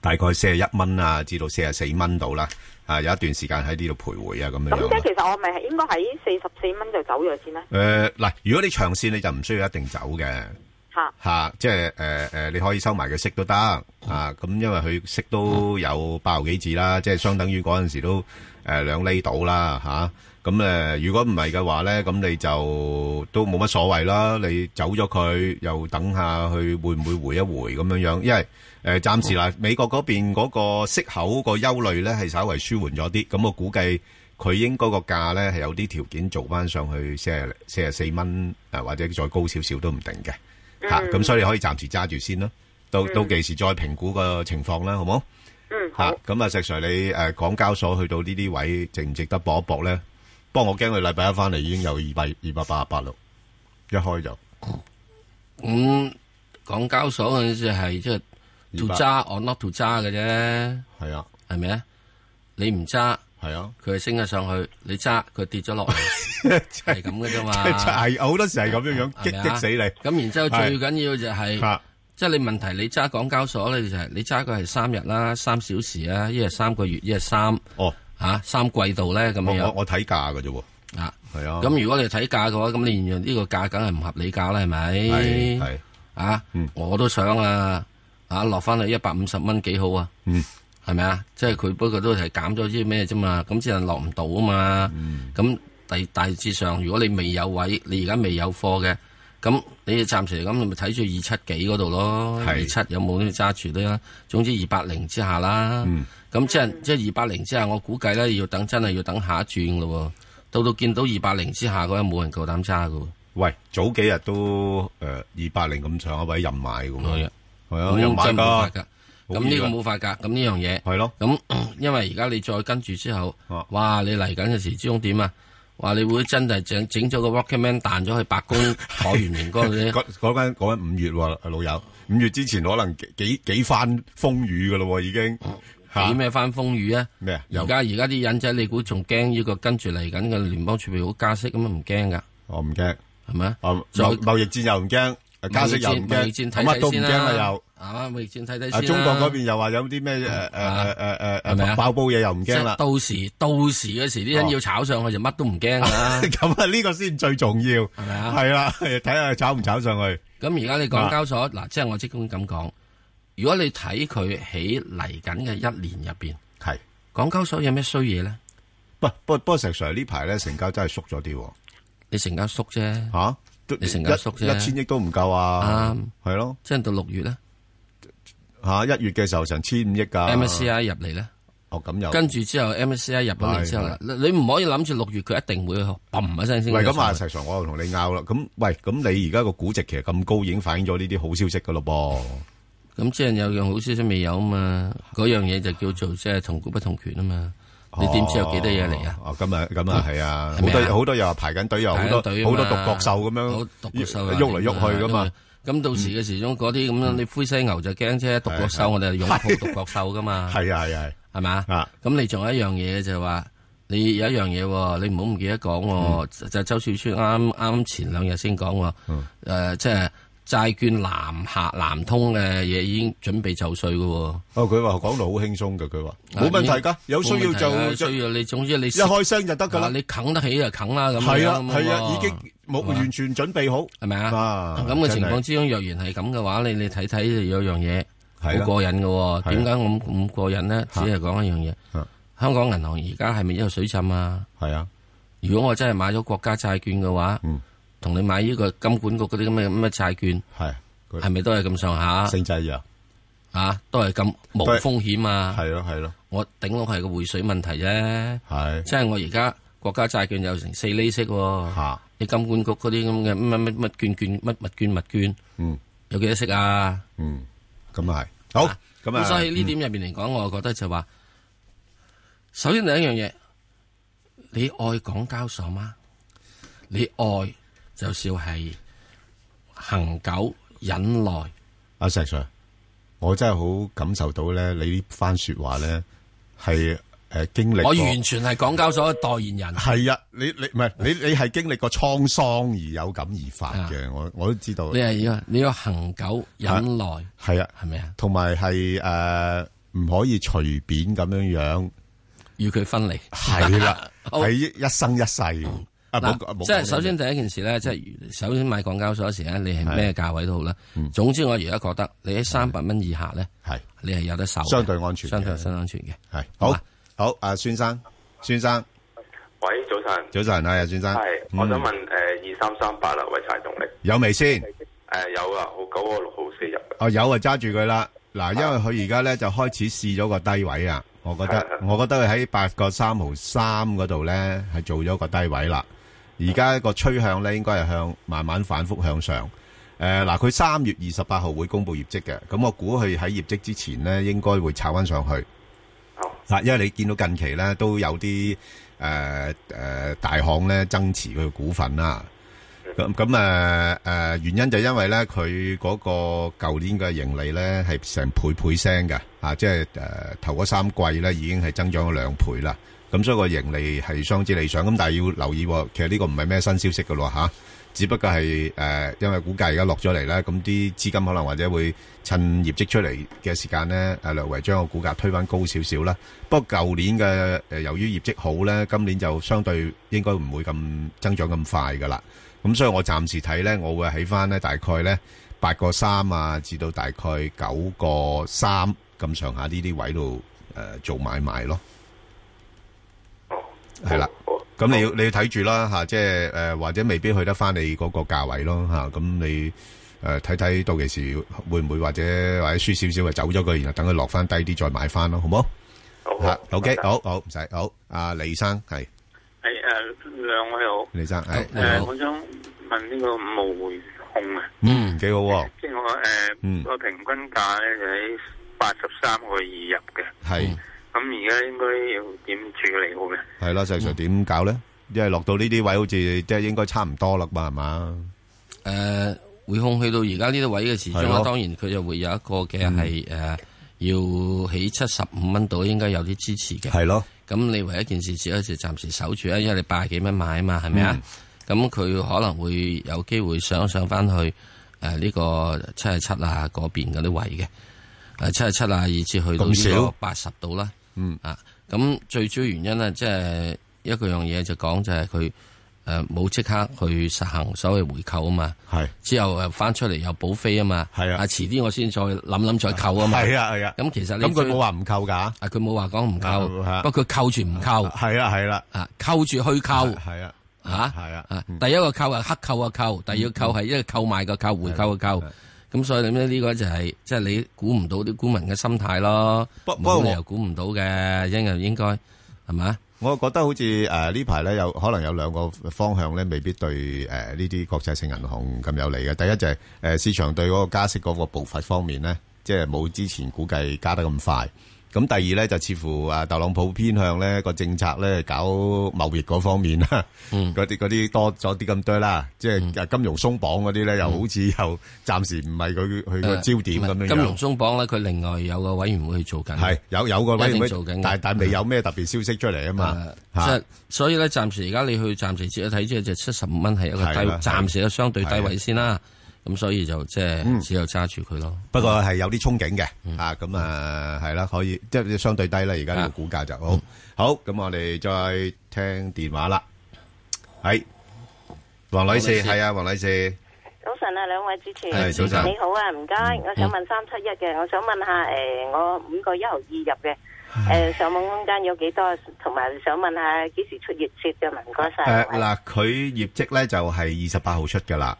大概四十一蚊啊，至到四十四蚊度啦。啊，有一段時間喺呢度徘徊啊，咁樣樣咁即啦係。其實我咪係應該喺四十四蚊就走咗先咧誒嗱、如果你長線你就唔需要一定走嘅。嚇。吓、即系诶诶，你可以收埋佢息都得啊。咁因為佢息都有八毫幾字啦，即係相等於嗰阵时都诶两、厘到啦吓。咁、诶、如果唔係嘅話咧，咁你就都冇乜所謂啦。你走咗佢，又等下佢會唔會回一回咁樣樣？因為诶暂、暫時啦，美國嗰邊嗰個息口個憂慮咧係稍為舒緩咗啲，咁我估計。佢應該個價咧係有啲條件做翻上去四十四十四蚊，誒或者再高少少都唔定嘅。吓，咁所以你可以暫時揸住先啦，到到幾時再評估個情況啦，好冇？嗯，吓好，，咁啊，石 Sir 你誒港交所去到呢啲位，值唔值得搏一搏咧？不過我驚佢禮拜一翻嚟已經有二百二百八十八六，一開就咁港嗯交所嗰陣時係即係 to 200揸 or not to 揸嘅啫，係啊，係咪啊？你唔揸，係 [LAUGHS] 啊，佢升咗上去，你揸佢跌咗落嚟， [LAUGHS] 係咁嘅啫嘛。係好多時係咁樣樣激啊係咪激啊嗯死你。咁然之後最緊要就係，嚇即係你問題，你揸港交所咧就係你揸佢係三日啦，三小時啊，一日三個月，一日三哦，啊三季度咧咁我我樣我睇價嘅啫喎，啊。係啊。咁如果你睇價嘅話，咁你現呢個價梗係唔合理價啦，係係咪？係啊嗯，我都想啊，啊落翻去一百五十蚊幾好啊，嗯係咪啊？即係佢不過都係減咗啲咩啫嘛，咁只係落唔到啊嘛。嗯咁第大致上，如果你未有位，你而家未有貨嘅，咁你暫時嚟咁，你咪睇住二七幾嗰度咯。係二七有冇呢揸住啦？總之二八零之下啦。嗯咁即係即係二八零之下，我估計咧要等真係要等下一轉咯喎。到到見到二八零之下嗰陣，冇人夠膽揸嘅喎。喂，早幾日都誒二百零咁上下位任買嘅係喎啊，係咁啊，真任買係冇法㗎，㗎。好咁呢易個㗎冇法㗎。咁呢樣嘢。係咯，咁嗯因為而家你再跟住之後啊，哇！你嚟緊嘅時鐘點啊？話你會真係整整咗個 Rocketman 彈咗去白 [LAUGHS] 宮橢圓形嗰度咧，嗰嗰間嗰間五月喎，老友，五月之前可能幾幾幾番風雨嘅咯喎，已經起嚇哦咩翻風雨啊？咩啊？而有家而家啲人仔，你估仲驚呢個跟住嚟緊嘅聯邦儲備局加息咁啊？唔驚㗎，我唔驚，係咪啊？啊再貿貿易戰又唔驚，加息又唔嗯貿易驚，我戰睇乜都睇唔先驚啦，啦又。係嘛？貿易戰睇睇啊，先啦中國嗰邊又話有啲咩誒誒誒誒係咪誒啊爆煲嘢又唔即驚係啦，到時到時嗰時啲人哦要炒上去就乜都唔 [LAUGHS] 驚㗎啦。 [LAUGHS] 咁啊呢個先最重要，係咪啊係啦，睇下炒唔炒上去，咁而家你啊港交所嗱，即係我即管咁講，如果你睇佢喺嚟緊嘅一年入邊，係港交所有咩衰嘢咧？不不不過石 Sir 呢排咧成交真係縮咗啲喎，你成交縮啫，吓都你成交縮啫一一千億都唔夠啊啱，係咯即係到六月咧吓一月嘅時候成千五億噶，MSCI 入嚟咧，哦咁又跟住之後 MSCI 入咗嚟之後啦，你你唔可以諗住六月佢一定會砰一聲先。哦喂咁啊石 Sir 我又同你拗啦，咁喂咁你而家個估值其實咁高已經反映咗呢啲好消息噶咯噃，咁即係有樣好消息未有啊嘛，嗰樣嘢就叫做即係同股不同權啊嘛，你點知有幾多嘢嚟啊？哦？哦咁啊咁啊係啊，係好咪啊多好多又話排緊隊，又好多排緊隊啊嘛好多獨角獸咁好樣獨角獸啊喐嚟喐去噶嘛。。嗯咁到時嘅時鐘嗰啲咁樣，你灰犀牛就驚啫，獨角係獸我哋係擁抱獨角獸噶嘛，系啊系啊，係咪啊啊？咁你仲有一樣嘢就係話，你有一樣嘢喎，你唔好唔記得講喎，嗯就周小川啱啱前兩日先講喎，誒即係債券南下南通嘅嘢已經準備就緒嘅喎。哦佢話講到好輕鬆嘅，佢話啊冇問題已噶經，有需要冇問就題㗎就需一要你，總之你開聲就得噶啊啦。你啃得起就啃啦咁樣。係啊咁係喎啊，已經冇係嘛完全準備好，系咪啊啊？咁嘅情況真係之中，若然係咁嘅話，你你睇睇就有樣嘢係啊好過癮嘅係啊喎。點解咁咁過癮呢？只嚇係講一樣嘢嚇，香港銀行而家係咪一個水浸啊？係啊，如果我真係買咗國家債券嘅話嗯，同你買呢個金管局嗰啲咁嘅咁嘅債券，係佢係咪都係咁上下性制約，啊？都係咁無都係風險啊！係咯係咯，我頂多係個匯水問題啫，係即係我而家國家債券有成四厘息喎。吓你金管局嗰啲咁嘅乜乜乜券券乜物券物券嗯有幾多息啊？嗯，咁啊係好啊咁啊，所以呢點入邊嚟講，我覺得就話，首先第一樣嘢，你愛港交所嗎？你愛就少係恒久忍耐，阿石 Sir，我真係好感受到咧，你呢番说話咧係诶經歷過我完全係港交所嘅代言人。係啊，你你唔係你你係經歷過滄桑而有感而發嘅，我我都知道啊你，係要你要恒久忍耐，係啊。係咪啊？同埋係诶唔可以隨便咁樣樣，與佢分離。係啦， [LAUGHS] 好係一一生一世。啊，冇嗱，冇即係首先第一件事咧，即係首先買港交所嗰時咧，你係嗯咩價位都好啦。總之我而家覺得你喺三百蚊以下咧，係你係有得守嘅，相對安全嘅相對相對安全嘅。係好好嘛好啊，孫生，孫生，喂，早晨，早晨啊，孫生，係，嗯我想問誒二三三八啦，偉柴動力，有未先？誒有啊，我九個六號四入嘅，哦，有啊，揸住佢啦。嗱，因為佢而家咧就開始試咗個低位啊，我覺得，我覺得佢喺八個三毫三嗰度咧係做咗個低位啦。而家個趨向咧應該係向慢慢反覆向上。誒、嗱，佢三月二十八號會公布業績嘅，咁我估佢喺業績之前咧應該會炒翻上去。哦，嗱，因為你見到近期咧都有啲誒誒大行咧增持佢嘅股份啊啦。咁咁誒誒原因就因為咧佢嗰個舊年嘅盈利咧係成倍倍聲嘅，啊，即係誒、呃頭嗰三季咧已經係增長咗兩倍啦。咁所以個盈利係相之理想。咁但係要留意喎，其實呢個唔係咩新消息噶咯吓，只不過係誒、呃因為股價而家落咗嚟啦，咁啲資金可能或者會趁業績出嚟嘅時間咧，誒啊略為將個股價推返高少少啦。不過舊年嘅誒由於業績好咧，今年就相對應該唔會咁增長咁快噶啦。咁所以我暫時睇咧，我會喺翻咧大概咧八個三啊，至到大概九個三咁上下呢啲位度誒、呃做買賣咯。係啦，咁你要你要睇住啦吓，即係诶、呃或者未必去得翻你嗰個價位咯吓，咁、你诶睇睇到期時會唔會或者或者輸少少就走咗佢，然後等佢落翻低啲再買翻咯，好冇？好吓，OK，好啊好唔使好，阿李生係系诶，两位好。李生係，你好誒我想問呢個五號匯控啊，嗯幾好喎，即係我誒嗯個平均價咧就喺八十三個二入嘅，係咁而家應該要點處理好咧？係啦，石 Sir 點搞咧？因為落到呢啲位好似即係應該差唔多啦嘛，係嘛？诶，汇呃控去到而家呢啲位嘅時鐘係啦，咯嗯當然佢就會有一個嘅係诶，要喺七十五蚊度應該有啲支持嘅。係咯，咁你唯一一件事只可以就暫時守住啊，因為你八十幾蚊買啊嘛，係咪嗯啊？咁佢、可能會有機會上一上翻去誒呃呢、個七十七啊嗰邊嗰啲位嘅，誒七十七啊，以至去到咁呢個少八十度啦。嗯啊，咁最主要原因咧，即係一個樣嘢就講就係佢誒冇即刻去實行所謂回購啊嘛，係之後誒翻出嚟又補飛啊嘛，係啊遲啲我先再諗諗再扣啊嘛。係啊係啊，咁其實你咁佢追冇話唔扣㗎，啊，佢冇話講唔啊扣，不過佢扣住唔扣。係啦係啦，啊，扣住去扣係啊。吓，係啊嗯第一個扣係黑扣啊扣，第二個扣係一個購買個扣，回購個扣係係。咁所以你咧呢個就係即係你估唔到啲股民嘅心態咯，不不過冇我理由估唔到嘅，因為應該係嘛？我覺得好似誒呢排咧有可能有兩個方向咧，未必對誒呃呢啲國際性銀行咁有利嘅。第一就係、誒市場對嗰個加息嗰個步伐方面咧，即係冇之前估計加得咁快。咁第二咧就似乎啊特朗普偏向咧個政策咧搞貿易嗰方面啦，嗯嗰啲嗰啲多咗啲咁多啦，即係啊金融鬆綁嗰啲咧嗯又好似又暫時唔係佢佢個焦點咁樣樣。金融鬆綁咧，佢另外有個委員會去做緊。係有有個一位定做緊嘅嗯但但未有咩特別消息出嚟啊嘛誒，即嚇係所以咧，暫時而家你去暫時只睇，即係就七十五蚊係一個係低啦，暫時嘅相對低係啊嗯位先啦。咁所以就即係只有揸住佢咯。不過係有啲憧憬嘅，啊咁啊係啦，可以即係相對低啦，而家呢個股價就好。好，咁我哋再聽電話啦。係，黃女士黃女士係啊，黃女士早晨啊，兩位主持係早晨嗯你好啊，唔該，我想問三七一嘅，我想問下诶、誒我五個一毫二入嘅，诶、上網空間有幾多？同埋想問下幾時出月切嘅？唔該晒。誒兩呃位嗱，佢業績咧就係二十八號出㗎啦，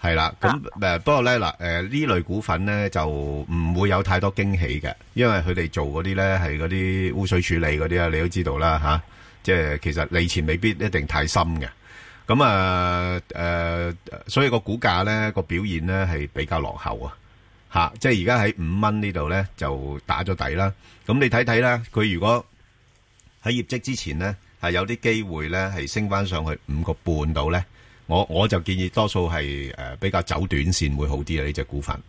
係啦。咁誒不過咧嗱誒呢類股份咧就唔會有太多驚喜嘅，因為佢哋做嗰啲咧係嗰啲污水處理嗰啲啊，你都知道啦吓，即係其實利錢未必一定太深嘅。咁啊誒，所以個股價咧個表現咧係比較落後啊。吓、即係而家喺五蚊呢度咧就打咗底啦。咁你睇睇啦，佢如果喺業績之前呢，係有啲機會呢，係升翻上去五個半度呢。我我就建議多數係誒比較走短線會好啲嘅呢只股份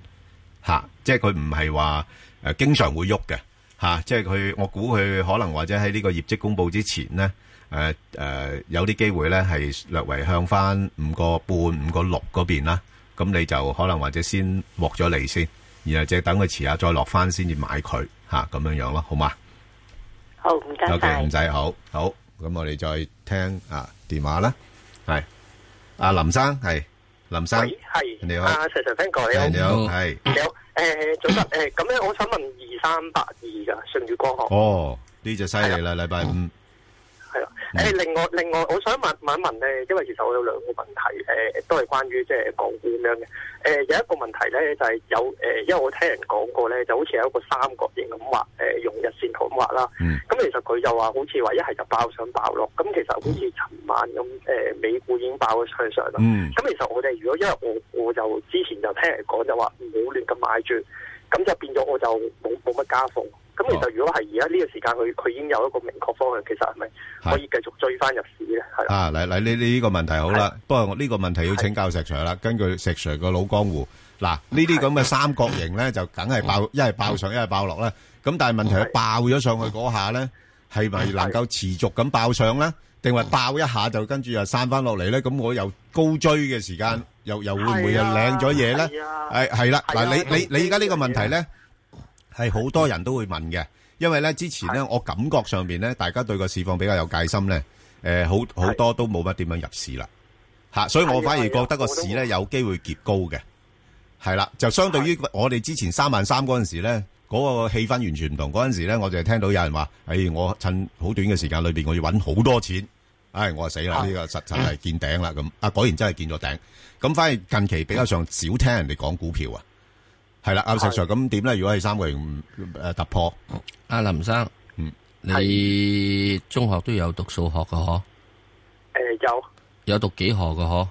嚇、即係佢唔係話誒經常會喐嘅嚇，即係佢我估佢可能或者喺呢個業績公佈之前呢，誒、誒、有啲機會呢係略為向翻五個半、五個六嗰邊啦，咁你就可能或者先獲咗利先，然後就等佢遲下再落翻先至買佢嚇咁樣樣咯，好嘛？好，唔該 O K，晒唔。使好，好，咁我哋再聽啊電話啦，係阿林生，係林生，係你好啊，石 Sir 聽過你好係，你好，好係，你好。誒，呃早晨，誒，咁咧，我想問二三八二噶舜宇光學哦，呢只犀利啦，禮拜五，係啦。嗯誒，另外另外，我想問問一問咧，因為其實我有兩個問題，誒，都係關於即係港股咁樣嘅。誒，有一個問題咧，就係有誒，因為我聽人講過咧，就好似有一個三角形咁畫，誒，用日線圖咁畫啦。嗯，咁其實佢就話好似話一係就爆上爆落，咁其實好似尋晚咁，誒，美股已經爆咗向上啦。嗯，咁其實我哋如果因為我我就之前就聽人講就話唔好亂咁買住，咁就變咗我就冇冇乜家貨。咁其實如果係而家呢個時間，佢佢已經有一個明確方向，其實係咪可以繼續追翻入市咧？係啦，啊，嚟嚟，你你呢個問題好啦，不過我呢個問題要請教石 Sir 啦，根據石 Sir 個老江湖，嗱呢啲咁嘅三角形咧就梗係爆，一係爆上，一係爆落啦，咁但係問題佢爆咗上去嗰下咧，係咪能夠持續咁爆上咧？定係爆一下就跟住又散翻落嚟咧？咁我又高追嘅時間，又又會唔會又係啊領咗嘢咧？係啊係係啦，係啊嗱，你你呢你而家呢個樣嘢啊問題咧，係好多人都會問嘅，因為咧之前咧，我感覺上邊咧，大家對個市況比較有戒心咧，誒，好好多都冇乜點樣入市啦，嚇，所以我係啊反而係啊覺得個我都市咧有機會結高嘅，係啦，就相對於我哋之前三萬三嗰陣時咧。嗰個氣氛完全唔同，嗰陣時咧，我就係聽到有人話：，誒、我趁好短嘅時間裏邊，我要揾好多錢。唉、我話死啊啦！呢、個實實係見頂啦，咁啊，果然真係見咗頂。咁反而近期比較上少聽人哋講股票啊，係啦，阿石 Sir，咁點咧？如果係三個零誒突破，阿林生嗯，你中學都有讀數學嘅嗬？诶有有讀幾何 [LAUGHS] 嘅嗬？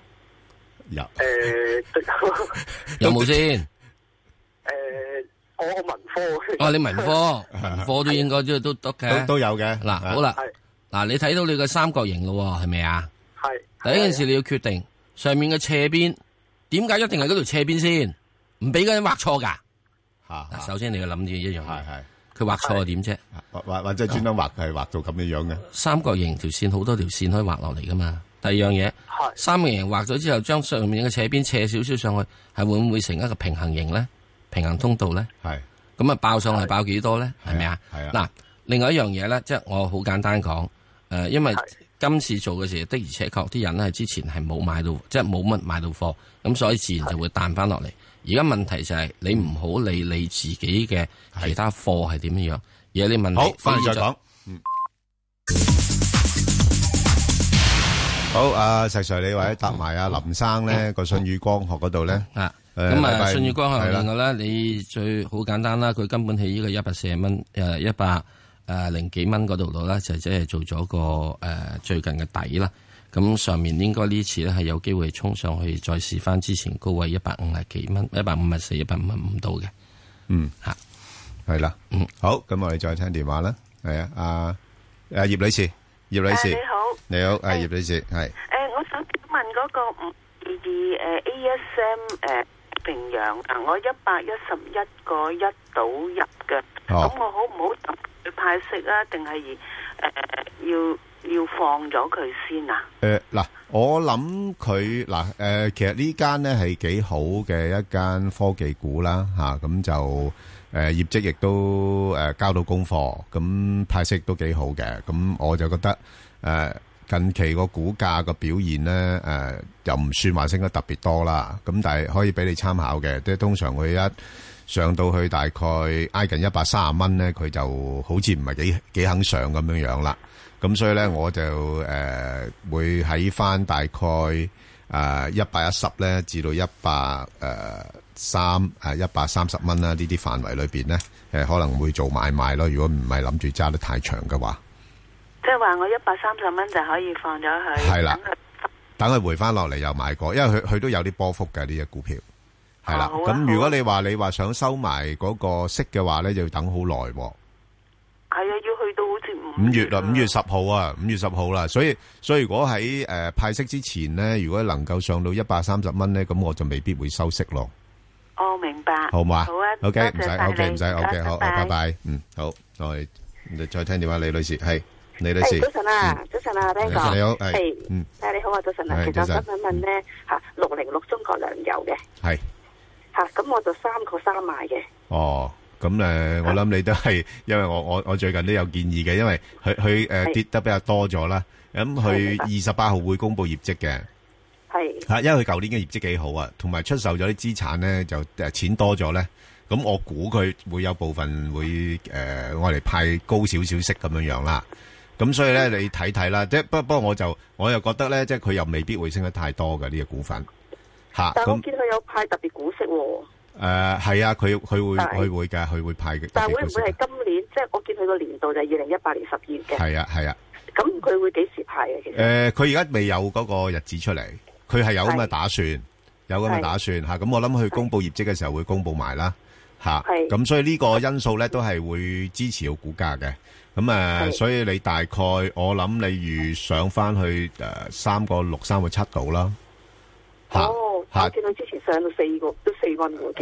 入 [LAUGHS] 诶有冇先？诶，我我文科哦，你文科，文科都應該都都都得嘅。都啊有嘅。嗱，好啦，嗱，你睇到你個三角形咯喎，係咪啊？系第一件事你要決定上面嘅斜邊，點解一定係嗰條斜邊先？唔俾嗰人畫錯㗎。嚇，嗱，嚇首先你要諗住一樣啊係嘢，係佢畫錯點啫？或或或者專登畫係畫到咁嘅樣嘅，三角形條線好多條線可以畫落嚟噶嘛。第二樣嘢，係三角形畫咗之後，將上面嘅斜邊斜少少上去，係會唔會成一個平衡形咧？平衡通道咧？係咁啊爆上係爆幾多咧？係咪啊？係啊嗱，另外一樣嘢咧，即係我好簡單講，誒，因為係今次做嘅時候的而且確啲人咧係之前係冇買到，即係冇乜買到貨，咁所以自然就會彈翻落嚟。而家問題就係你唔好理你自己嘅其他貨係點樣，而係你問好你，翻嚟再講。好，阿石 Sir，你或者答埋阿林生咧個信宇光學嗰度咧，啊。誒咁禮啊，拜五信譽光係行啦另外咧，你最好簡單啦，佢根本喺呢個一百四十蚊誒一百誒零幾蚊嗰度度啦，就即係做咗個誒、呃最近嘅底啦。咁上面應該呢次咧係有機會衝上去，再試翻之前高位一百五十幾蚊、一百五十四、一百五十五度嘅。嗯嚇，係啦，好，咁我哋再聽電話啦，係啊，阿阿葉女士，葉女誒士你，好。你好，阿葉女士，係誒、我想問嗰個五二二誒 ASM 誒、平陽啊，我一百一十一個一倒入嘅，咁、哦我好唔好等佢派息啊？定係誒要要放咗佢先啊？誒呃嗱，我諗佢嗱誒，其實呢間咧係幾好嘅一間科技股啦嚇，咁、就誒、業績亦都誒、交到功課，咁派息都幾好嘅，咁我就覺得誒、呃近期個股價個表現咧誒、又唔算話升得特別多啦，咁但係可以俾你參考嘅，即係通常佢一上到去大概挨近一百三十蚊咧，佢就好似唔係幾幾肯上咁樣樣啦。咁所以咧，我就誒、呃、會喺翻大概誒一百一十咧，至到一百誒三誒一百三十蚊啦，呢啲範圍裏邊咧，誒、可能會做買賣咯。如果唔係諗住揸得太長嘅話，即係話我一百三十蚊就可以放咗佢，係啦等佢等佢回翻落嚟又買過，因為佢佢都有啲波幅嘅呢只股票，係啦。哦好啊咁、如果好啊你話你話想收埋嗰個息嘅話咧，就要等好耐喎。係啊，要去到好似五五月啦，五月啊十號啊，五月十號啦，所以所以如果喺誒、呃派息之前呢，如果能夠上到一百三十蚊呢，咁我就未必會收息咯，哦，明白，好嘛？好啊 o k 唔多使謝晒你，OK 唔使唔該，OK 好，好拜拜拜哎拜，嗯，好，我哋再聽電話，李女士係李女士係，早晨啊，早晨啊，Ben 你哥，好，係係，，嗯，誒你好啊，早晨啊，係其實早我晨嗯想問咧嚇，六零六中國糧油嘅係，嚇，咁我就三個三買嘅，哦。咁誒，呃我諗你都係，因為我我我最近都有建議嘅，因為佢佢誒係跌得比較多咗啦，咁係明佢白二十八號會公布業績嘅，係啊，因為佢舊年嘅業績幾好啊，同埋出售咗啲資產咧，就誒錢多咗咧，咁我估佢會有部分會誒我嚟派高少少息咁樣樣啦。咁所以咧，你睇睇啦，即係不不過我就我又覺得咧，即係佢又未必會升得太多嘅呢、個股份嚇。但係我咁見佢有派特別股息喎，誒係啊，佢佢會但係佢會嘅，佢會派嘅。但係會唔會係今年？即係我見佢個年度就係二零一八年十二月嘅，啊係啊係啊？咁佢會幾時派嘅？其實誒，呃佢而家未有嗰個日子出嚟，佢係有咁嘅係打算，有咁嘅係打算嚇。咁我諗佢公佈業績嘅時候會公佈埋啦嚇。係咁所以呢個因素咧都係會支持到股價嘅。咁誒，係所以你大概我諗你預上翻去誒三個六三個七度啦嚇哦，嚇呃我見佢之前上到四個都四蚊喎，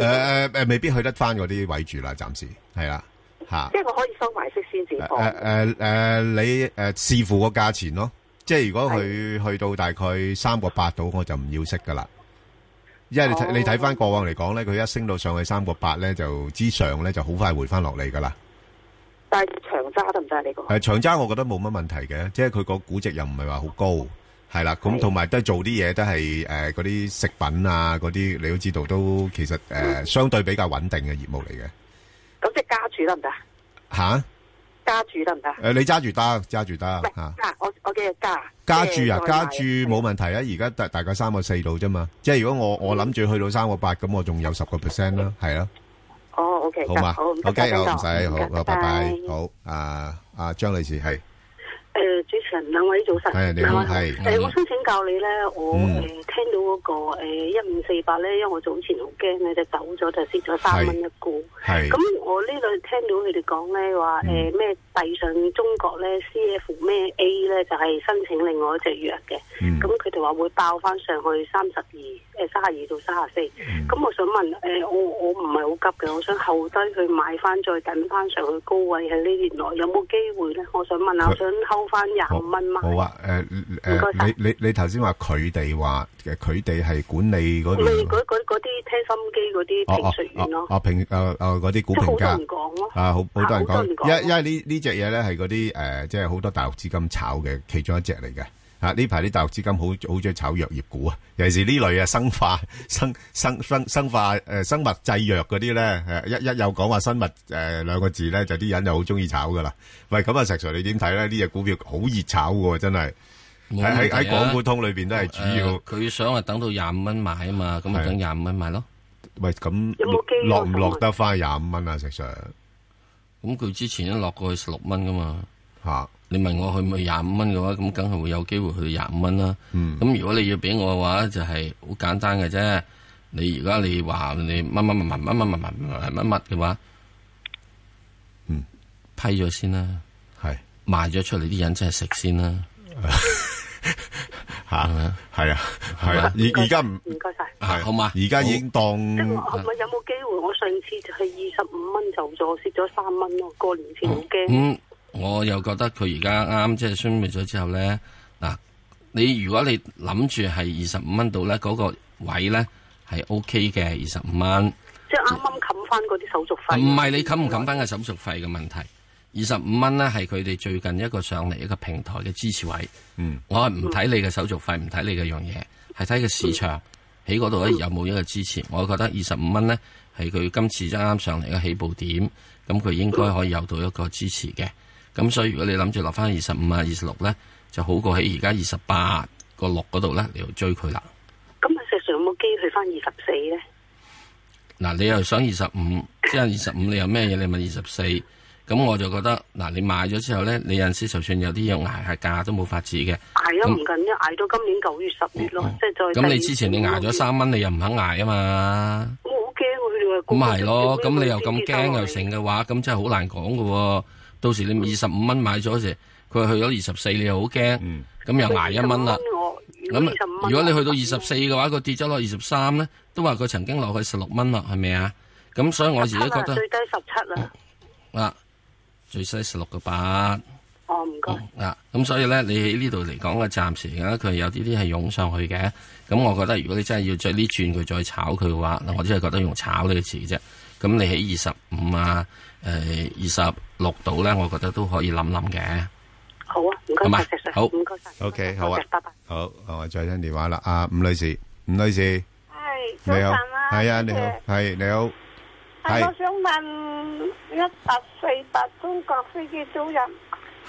誒誒誒，未必去得翻嗰啲位住啦，暫時係啦嚇即係我可以收埋息先至放。诶诶诶，呃你诶視乎個價錢咯，即係如果佢去到大概三個八度，我就唔要息噶啦。因為你睇哦你睇翻過往嚟講咧，佢一升到上去三個八咧，就之上咧就好快回翻落嚟噶啦。但係長揸得唔得啊？呢個诶，長揸我覺得冇乜問題嘅，即係佢個估值又唔係話好高，係啦。咁係同埋都係做啲嘢都係诶嗰啲食品啊嗰啲，你都知道都其實诶、誒相對比較穩定嘅業務嚟嘅咁即係加注得唔得啊？吓。加注得唔得啊？誒呃你揸住得，揸住唔得吓。係加，我我嘅加啊加注啊，即係再買加注冇問題啊！而家大大概三個四度啫嘛，即係如果我嗯我諗住去到三個八，咁我仲有十個 percent 啦，係啦，哦，OK，好嘛得好唔該？OK，晒好唔邊個使，好，唔該好拜拜，好，啊啊張女士係，誒，主持人兩位早晨係你好，係，嗯啊誒，我想請教你咧，我誒、嗯聽到嗰、個誒一五四八咧，因為我早前好驚咧，就走咗就蝕咗三蚊一股。係，咁我呢度聽到佢哋講咧話嗯誒咩遞上中國咧 CF 咩 A 咧就係、申請另外一隻藥嘅，嗯咁佢哋話會爆翻上去三十二誒三十二到三十四。嗯咁我想問誒、我我唔係好急嘅，我想後低去買翻再等翻上去高位喺呢年內有冇機會咧？我想問下，佢我想睺翻廿好五蚊買。好啊，誒唔該誒，晒你你你頭先話佢哋話誒佢哋係管理嗰咪邊，嗰嗰嗰啲聽心機嗰哦啲哦評述員哦咯，哦評誒誒嗰啲股即評係好多家人。講咯。啊，好好多人啊好多講，人講因因為呢呢只嘢咧係嗰啲誒，即係好多大陸資金炒嘅其中一隻嚟嘅。啊！呢排啲大陸資金好好中意炒藥業股啊，尤其是呢類啊生化 [LAUGHS] 生生生生化誒、呃生物製藥嗰啲咧，誒一一有講話生物誒、呃、兩個字咧，就啲人就好中意炒噶啦。喂，咁啊石 Sir 你點睇咧？呢只股票好熱炒嘅喎，真係冇喺喺問題喺啊港股通裏邊都係主要。誒佢想係等到廿五蚊買啊嘛，咁咪係等廿五蚊買咯。喂，咁有冇機會落唔啊落得翻廿五蚊啊？石 Sir 咁佢之前一落過去十六蚊噶嘛，嚇、你問我去唔去廿五蚊嘅話，咁梗係會有機會去到廿五蚊啦。嗯咁如果你要俾我嘅話，就係好簡單嘅啫。你而家你話你乜乜乜乜乜乜乜乜乜乜乜嘅話，嗯，批咗先啦，係賣咗出嚟啲人真係食先啦，嚇，係咪啊係啊係啊，唔而該而家唔。唔該晒。啊好嘛？而家已經當即係我我有冇機會？我上次就係二十五蚊走咗，蝕咗三蚊咯。過年嗯前好驚，咁我又覺得佢而家啱即係宣布咗之後咧，嗱，你如果你諗住係二十五蚊度咧，嗰、個位咧係 O K 嘅，二十五蚊。即係啱啱冚翻嗰啲手續費。啊唔係你冚唔冚翻個手續費嘅問題，二十五蚊呢係佢哋最近一個上嚟一個平台嘅支持位。嗯，我係唔睇你嘅手續費，唔睇你嘅樣嘢，係睇個市場喺嗰度咧有冇一個支持。我覺得二十五蚊呢係佢今次啱啱上嚟嘅起步點，咁佢應該可以有到一個支持嘅。咁所以如果你諗住落翻二十五啊、二十六呢，就好過喺而家二十八個六嗰度呢，你要追佢啦。咁啊，石 Sir 有冇機會去翻二十四咧？嗱，你又想二十五，即係二十五，你有咩嘢？你咪二十四。咁我就覺得，嗱，你買咗之後咧，你有陣時就算有啲嘢捱下價都冇法子嘅。捱都咁嗯唔緊要，捱到今年九月十月咯，即係再。咁你之前你捱咗，三蚊，你又唔肯捱啊嘛。我好驚佢哋咁話咪係咯，咁你又個咁個都跌翻驚落嚟又成嘅話，咁真係好難講嘅喎。到時你二十五蚊買咗時，佢去咗二十四，你又好驚，嗯咁又捱一蚊啦。我如咁啊果25如果你去到二十四嘅話，佢跌咗落二十三咧，都話佢曾經落去十六蚊啦，係咪啊？咁所以我自己覺17啦得。最低十七啦。啊，最西十六個八哦，唔該。啊，咁所以咧，你喺呢度嚟講嘅，暫時而家佢有啲啲係湧上去嘅。咁我覺得如果你真係要着呢轉佢再炒佢嘅話，嗱我只係覺得用炒呢個詞啫。咁你喺二十五啊，誒二十六度咧，我覺得都可以諗諗嘅。好啊，唔該好嘛晒石 Sir，好唔該晒。 OK，好啊多謝拜拜。好，我再聽電話啦。阿伍女士，伍女士，系你早晨好，啊，係啊，多你好謝，係你好，係係我想問一八四八中國飛機租賃，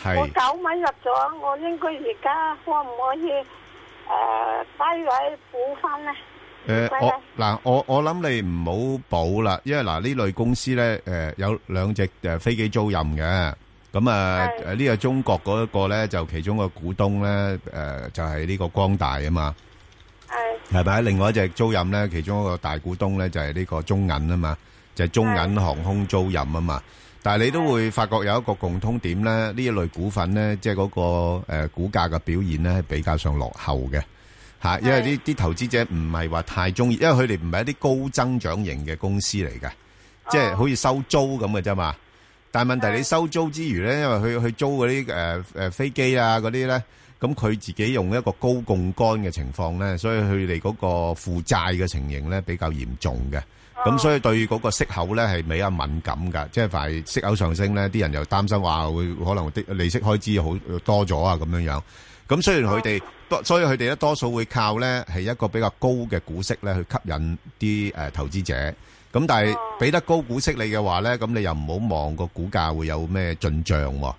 我係九蚊入咗，我應該而家可唔可以誒、呃低位補翻咧？誒，拜拜我嗱，我我諗你唔好補啦，因為嗱呢類公司咧，誒有兩隻誒飛機租賃嘅，咁啊係誒呢個中國嗰一個咧就其中個股東咧誒就係呢個光大啊嘛。係係咪？另外一隻租賃咧，其中一個大股東咧就係呢個中銀啊嘛，就係、中銀航空租賃啊嘛。但係你都會發覺有一個共通點咧，呢一類股份咧，即係嗰個呃股價嘅表現咧係比較上落後嘅嚇，因為呢啲投資者唔係話太中意，因為佢哋唔係一啲高增長型嘅公司嚟嘅，即係好似收租咁嘅啫嘛。但系問題你收租之餘咧，因為佢佢租嗰啲诶诶飛機啊嗰啲咧，咁佢自己用一個高槓桿嘅情況咧，所以佢哋嗰個負債嘅情形咧比較嚴重嘅。咁所以對嗰個息口咧係比較敏感㗎，即係凡係息口上升咧，啲人又擔心話會可能啲利息開支好多咗啊咁樣樣。咁雖然佢哋多，所以佢哋咧多數會靠咧係一個比較高嘅股息咧去吸引啲誒投資者。咁但係俾得高股息你嘅話咧，咁你又唔好望個股價會有咩進漲喎。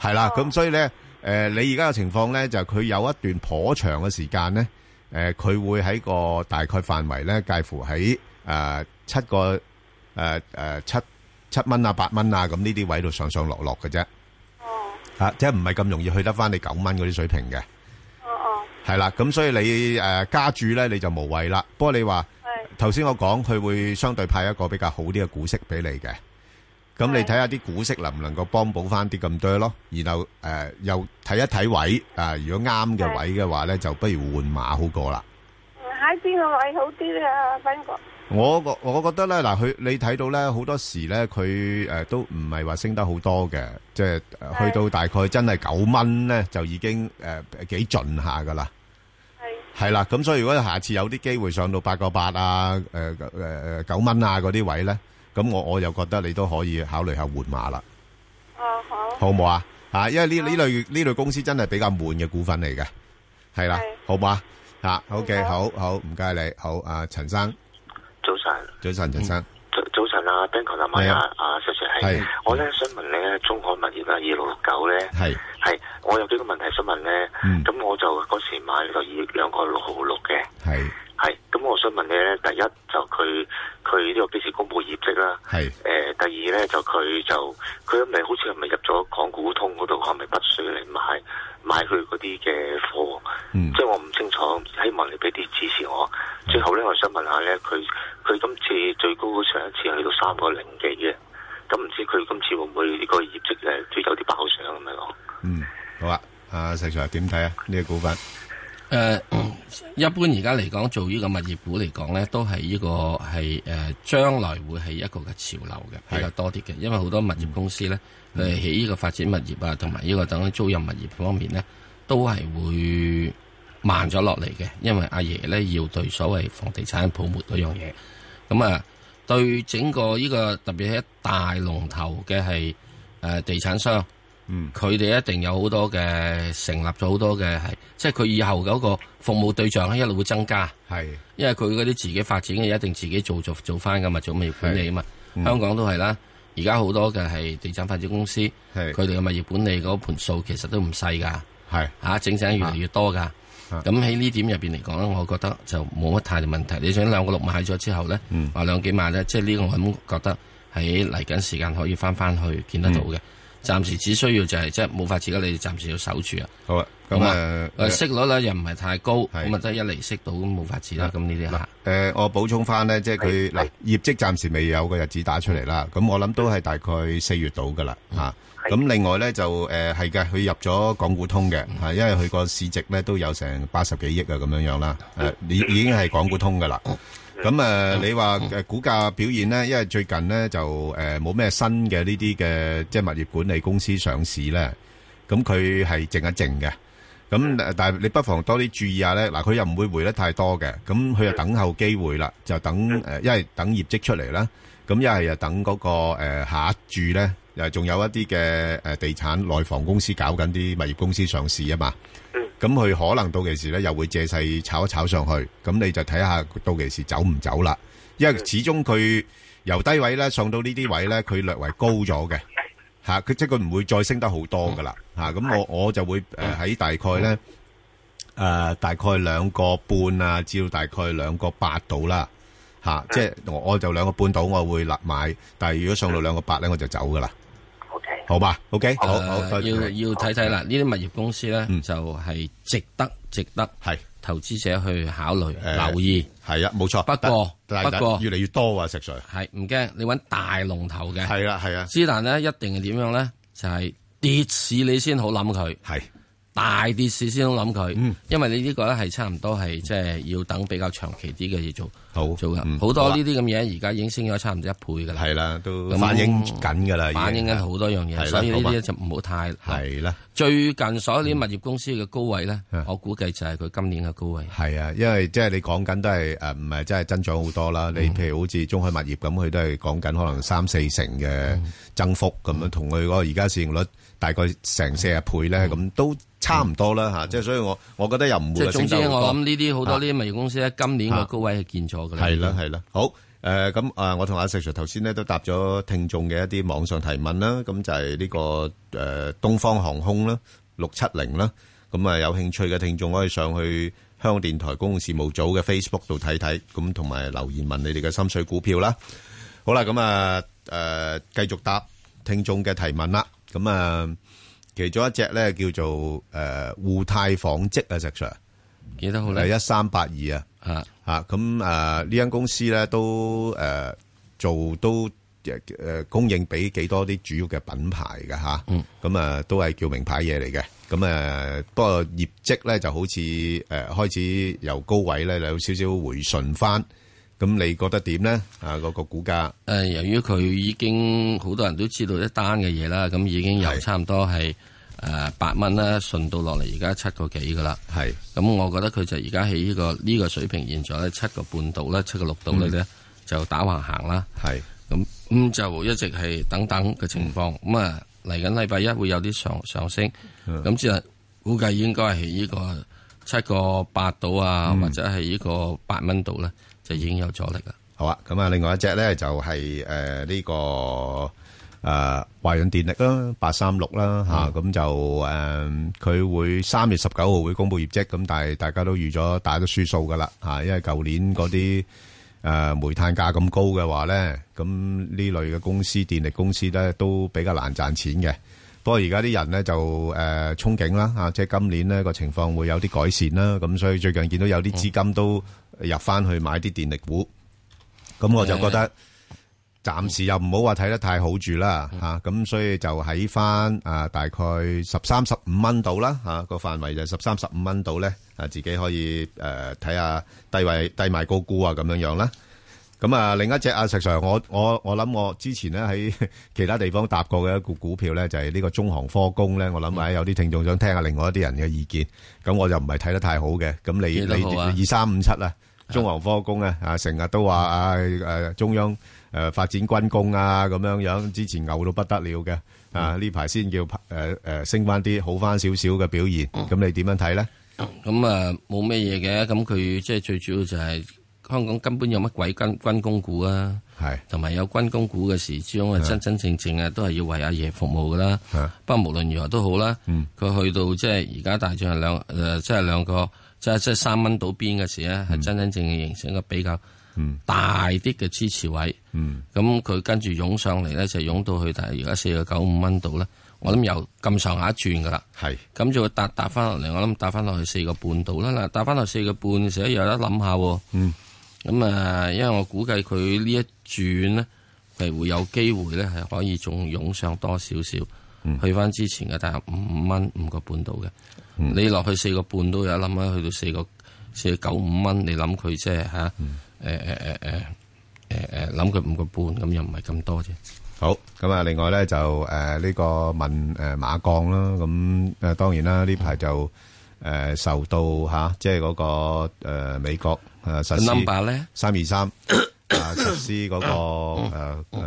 係啦，咁所以咧，誒、你而家嘅情況咧，就係佢有一段頗長嘅時間咧，誒、佢會喺個大概範圍咧，介乎喺誒七個誒誒七七蚊啊、八蚊啊咁呢啲位度上上落落嘅啫。嚇、即係唔係咁容易去得翻你九蚊嗰啲水平嘅。哦係啦，咁所以你誒、呃加注咧，你就無謂啦。不過你話頭先我講，佢會相對派一個比較好啲嘅股息俾你嘅。咁你睇下啲股息能唔能夠幫補翻啲咁多咯，然後誒、呃又睇一睇位啊、如果啱嘅位嘅話咧，就不如換馬好過啦。喺邊個位好啲咧？阿斌哥，我覺我覺得咧，嗱，佢你睇到咧，好多時咧，佢誒、呃都唔係話升得好多嘅，即係呃去到大概真係九蚊咧，就已經誒、呃、幾盡下噶啦。係啦，咁所以如果下次有啲機會上到八個八啊，誒誒誒九蚊啊嗰啲位咧，咁我我又覺得你都可以考慮下換馬啦，哦好，好唔好啊？啊，因為呢呢類呢類公司真係比較悶嘅股份嚟嘅，係啦，好唔好啊？啊，OK，好好，唔該你，好啊，陳生，早晨，早晨，陳生。早早晨啊，Ben 哥阿係媽啊啊，阿 Sir Sir 係係，我咧想問咧，中海物業啊，二六六九咧，係係，我有幾個問題想問咧，嗯咁我就嗰時買就二兩個六號六嘅，係係，咁我想問你咧，第一就佢佢呢個幾時公佈業績啦？係誒、第二咧就佢就佢咪好似係咪入咗港股通嗰度，係咪不水嚟買買佢嗰啲嘅貨？嗯即係我唔清楚，希望你俾啲支持我。最後咧，我想問下咧，佢佢今次最高上一次去到三個零幾嘅，咁唔知佢今次會唔會呢個業績誒都有啲爆上咁樣講？嗯，好啊，阿石 Sir 點睇啊？呢個股份诶、呃一般而家嚟講，做呢個物業股嚟講咧，都係呢個係呃诶将来会系一個嘅潮流嘅，比較多啲嘅。因為好多物業公司咧，佢係喺呢個發展物業啊，同埋呢個等租赁物業方面咧，都係會慢咗落嚟嘅。因為阿爺咧要對所謂房地產泡沫嗰樣嘢，咁啊對整個呢、個特別係一大龍頭嘅係诶地產商。嗯佢哋一定有好多嘅成立咗好多嘅係，即係佢以後嗰個服務對象咧一路會增加，係因為佢嗰啲自己發展嘅嘢一定自己做做做翻噶嘛，做物業管理啊嘛。香港都係啦，而家好多嘅係地產發展公司，係佢哋嘅物業管理嗰盤數其實都唔細㗎，係嚇啊整整越嚟越多啊㗎。咁喺呢點入邊嚟講咧，我覺得就冇乜太大問題。你想兩個六買咗之後咧，嗯話兩幾萬咧，即係呢個我咁覺得喺嚟緊時間可以翻翻去見得到嗯嘅。暫時只需要就係即係冇法子嘅，你哋暫時要守住啊。好啊，咁咁啊啊，，誒息率咧又唔係太高，咁啊得一厘息到咁冇法子啦。咁呢啲嚇。誒，我補充翻咧，即係佢嗱業績暫時未有個日子打出嚟啦，咁我諗都係大概四月到噶啦嚇。咁另外咧就誒係嘅，佢入咗港股通嘅嚇，因為佢個市值咧都有成八十幾億啊咁樣樣啦，誒已已經係港股通噶啦。咁誒、呃你話誒股價表現咧，因為最近咧就誒冇咩新嘅呢啲嘅即係物業管理公司上市咧，咁佢係靜一靜嘅。咁呃但係你不妨多啲注意下咧，嗱佢又唔會回得太多嘅，咁佢就等候機會啦，就等誒，一係等業績出嚟啦，咁一係又等嗰、個、呃、下一注咧，又仲有一啲嘅誒地產內房公司搞緊啲物業公司上市啊嘛。咁佢可能到期時咧又會借勢炒一炒上去，咁你就睇下到期時走唔走啦。因為始終佢由低位咧上到呢啲位咧，佢略為高咗嘅嚇，佢、即係佢唔會再升得好多噶啦嚇。咁、我我就會誒喺、大概咧誒、大概兩個半啊，至到大概兩個八度啦嚇，即係我我就兩個半度我會立買，但係如果上到兩個八咧我就走噶啦。好嘛，OK，好好，誒多謝嗯要你要睇睇啦，呢啲物業公司咧就係值得值得係投資者去考慮留意。係啊，冇錯。不過但係不過越嚟越多啊，石 Sir。係唔驚，你揾大龍頭嘅。係啦，係啊，之但咧，一定係點樣咧？就係、跌市你先好諗佢。係大跌市先諗嗯佢，因為你呢個咧係差唔多係即係要等比較長期啲嘅嘢做，好做嗯噶，好多好啊呢啲咁嘢而家已經升咗差唔多一倍噶啦，係啦，都咁反映緊㗎啦已經反映緊好多樣係嘢，啦所以呢好啲吧咧就唔好太係嗯啦。最近所有啲物業公司嘅高位咧，我估計就係佢今年嘅高位。係啊，因為即係你講緊都係誒，唔係真係增長好多嗯啦。你譬如好似中海物業咁，佢都係講緊可能三四成嘅嗯增幅咁樣，同佢嗰個而家市盈率大概成四十倍咧，咁都差唔多啦吓。即係所以我我覺得又唔嗯即會係話升總之，得好多我諗呢啲好多呢啲物業公司咧，今年啊個高位係見咗㗎啦。係啦，係啦，好。誒咁啊，我同阿石 Sir 頭先咧都答咗聽眾嘅一啲網上提問啦，咁就係呢個誒東方航空啦，六七零啦，咁啊有興趣嘅聽眾可以上去香港電台公共事務組嘅 Facebook 度睇睇，咁同埋留言問你哋嘅心水股票啦。好啦，咁啊誒繼續答聽眾嘅提問啦，咁啊其中一隻咧叫做誒互泰紡織啊，石 Sir。幾多號係咧？一三八二啊，啊啊咁誒呢間公司咧都誒、呃做都誒、供應俾幾多啲主要嘅品牌嘅吓，咁、啊都係叫名牌嘢嚟嘅，咁、啊不過業績咧就好似誒、開始由高位咧有少少回順翻，咁你覺得點咧？啊嗰、個股價誒，呃由於佢已經好多人都知道一單嘅嘢啦，咁已經由差唔多係誒八蚊啦，順到落嚟而家七個幾㗎啦。係，咁我覺得佢就而家喺呢個呢個水平現在咧七個半度啦，七個六度嚟咧就打橫行啦。係咁咁就一直係等等嘅情況。咁啊嚟緊禮拜一會有啲上上升，嗯咁之後估計應該係呢個七個八度啊，嗯或者係呢個八蚊度咧，就已經有阻力啦。好啊，咁啊另外一隻咧就係誒呢個。誒、華潤電力啦，八三六啦嚇，咁、就誒佢、會三月十九號會公布業績，咁但係大家都預咗打咗輸數噶啦嚇，因為舊年嗰啲誒煤炭價咁高嘅話咧，咁呢類嘅公司電力公司咧都比較難賺錢嘅。不過而家啲人咧就誒、憧憬啦嚇、即係今年呢個情況會有啲改善啦，咁所以最近見到有啲資金都入翻去買啲電力股，咁我就覺得。暫時又唔好話睇得太好住啦 [LAUGHS] 嚇，咁、所以就喺翻啊大概十三十五蚊度啦嚇，個範圍就十三十五蚊度咧啊，自己可以誒睇下低位低賣高估啊咁樣樣啦。咁啊，另一隻啊，石 Sir，我我我諗我之前咧喺其他地方搭過嘅一股股票咧，就係呢個中航科工咧，我諗啊有啲聽眾想聽下另外一啲人嘅意見，咁我就唔係睇得太好嘅，咁你幾多號啊你二三五七啊，中航科工啊，啊成日都話啊誒中央誒呃發展軍工啊咁樣樣，之前牛到不得了嘅，啊呢排先叫誒誒升翻啲好翻少少嘅表現，咁你點樣睇咧？咁啊冇咩嘢嘅，咁佢即係最主要就係香港根本有乜鬼軍軍工股啊？係同埋有軍工股嘅時之中啊，係真真正正啊，都係要為阿爺服務噶啦係。不過無論如何都好啦，佢、嗯去到即係而家大致係兩誒、呃即係兩個，即係即係三蚊到邊嘅時嗯咧，係真真正正形成一個比較大啲嘅支持位。嗯咁佢跟住湧上嚟咧，就湧到去，但係而家四個九五蚊度咧，我諗又咁上下一轉噶啦。係咁就會搭搭翻落嚟，我諗搭翻落去四個半度啦。嗱，搭翻落四個半嘅時候，又有得諗下喎。嗯。咁啊，因為我估計佢呢一轉咧，係會有機會咧，係可以仲湧上多少少，去翻之前嘅大約五蚊五個半度嘅。嗯你落去四個半都有諗啦，去到四個四九五蚊，你諗佢即係呃嚇誒誒誒誒誒誒呃諗佢五個半，咁又唔係咁多啫。好，咁啊，另外咧就呃誒呢、個問誒、馬鋼啦，咁誒、當然啦，呢排就誒、受到嚇、即係嗰、個、誒美國誒、呃實施 number 咧三二三啊實施嗰、個誒誒誒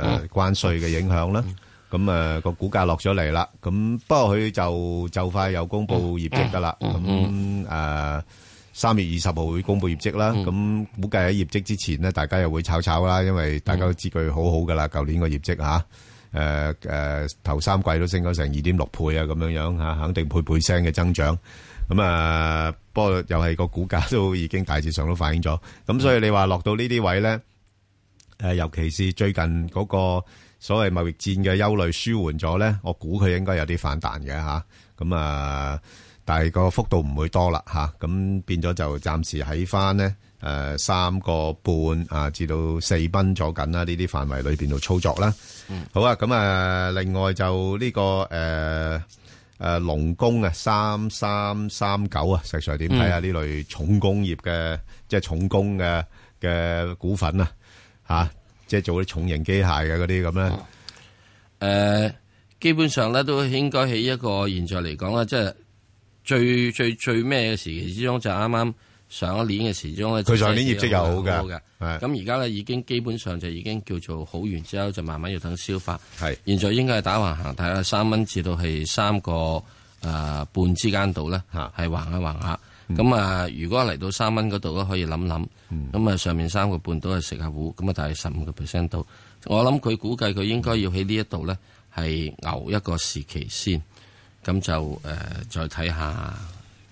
呃關税嘅影響啦。咁誒個股價落咗嚟啦，咁不過佢就就快又公布業績噶啦，咁誒三月二十號會公布業績啦，咁估計喺業績之前呢，大家又會炒炒啦，因為大家都知佢好好噶啦，舊年個業績嚇，誒誒頭三季都升咗成二點六倍啊，咁樣樣嚇，肯定倍倍聲嘅增長。咁啊，不過又係個股價都已經大致上都反映咗，咁所以你話落到呢啲位咧？誒、尤其是最近嗰個所謂貿易戰嘅憂慮舒緩咗咧，我估佢應該有啲反彈嘅嚇。咁啊，但係個幅度唔會多啦嚇。咁、變咗就暫時喺翻咧誒三個半啊至到四蚊左緊啦，呢啲範圍嗯呃裏邊度操作啦。好啊，咁啊，另外就呢、個誒誒、诶龙工啊，三三三九啊，石 Sir 點睇啊？呢嗯類重工業嘅即係重工嘅嘅股份啊，吓、即係做啲重型機械嘅嗰啲哦咁咧。诶、呃基本上咧都應該喺一個現在嚟講咧，啊即係最最最咩嘅時期之中，就啱啱上一年嘅時鐘咧。佢上年業績又好嘅，㗎係咁而家咧已經基本上就已經叫做好完之後，就慢慢要等消化。係現在應該係打橫行，大概三蚊至到係三個誒、呃半之間度咧，係橫一橫下。咁啊、如果嚟到三蚊嗰度咧，可以諗諗。咁啊，上面三個半都係食下糊，咁啊，大概十五個 percent 度。我諗佢估計佢應該要喺呢一度咧，係牛一個時期先，咁就誒、呃再睇下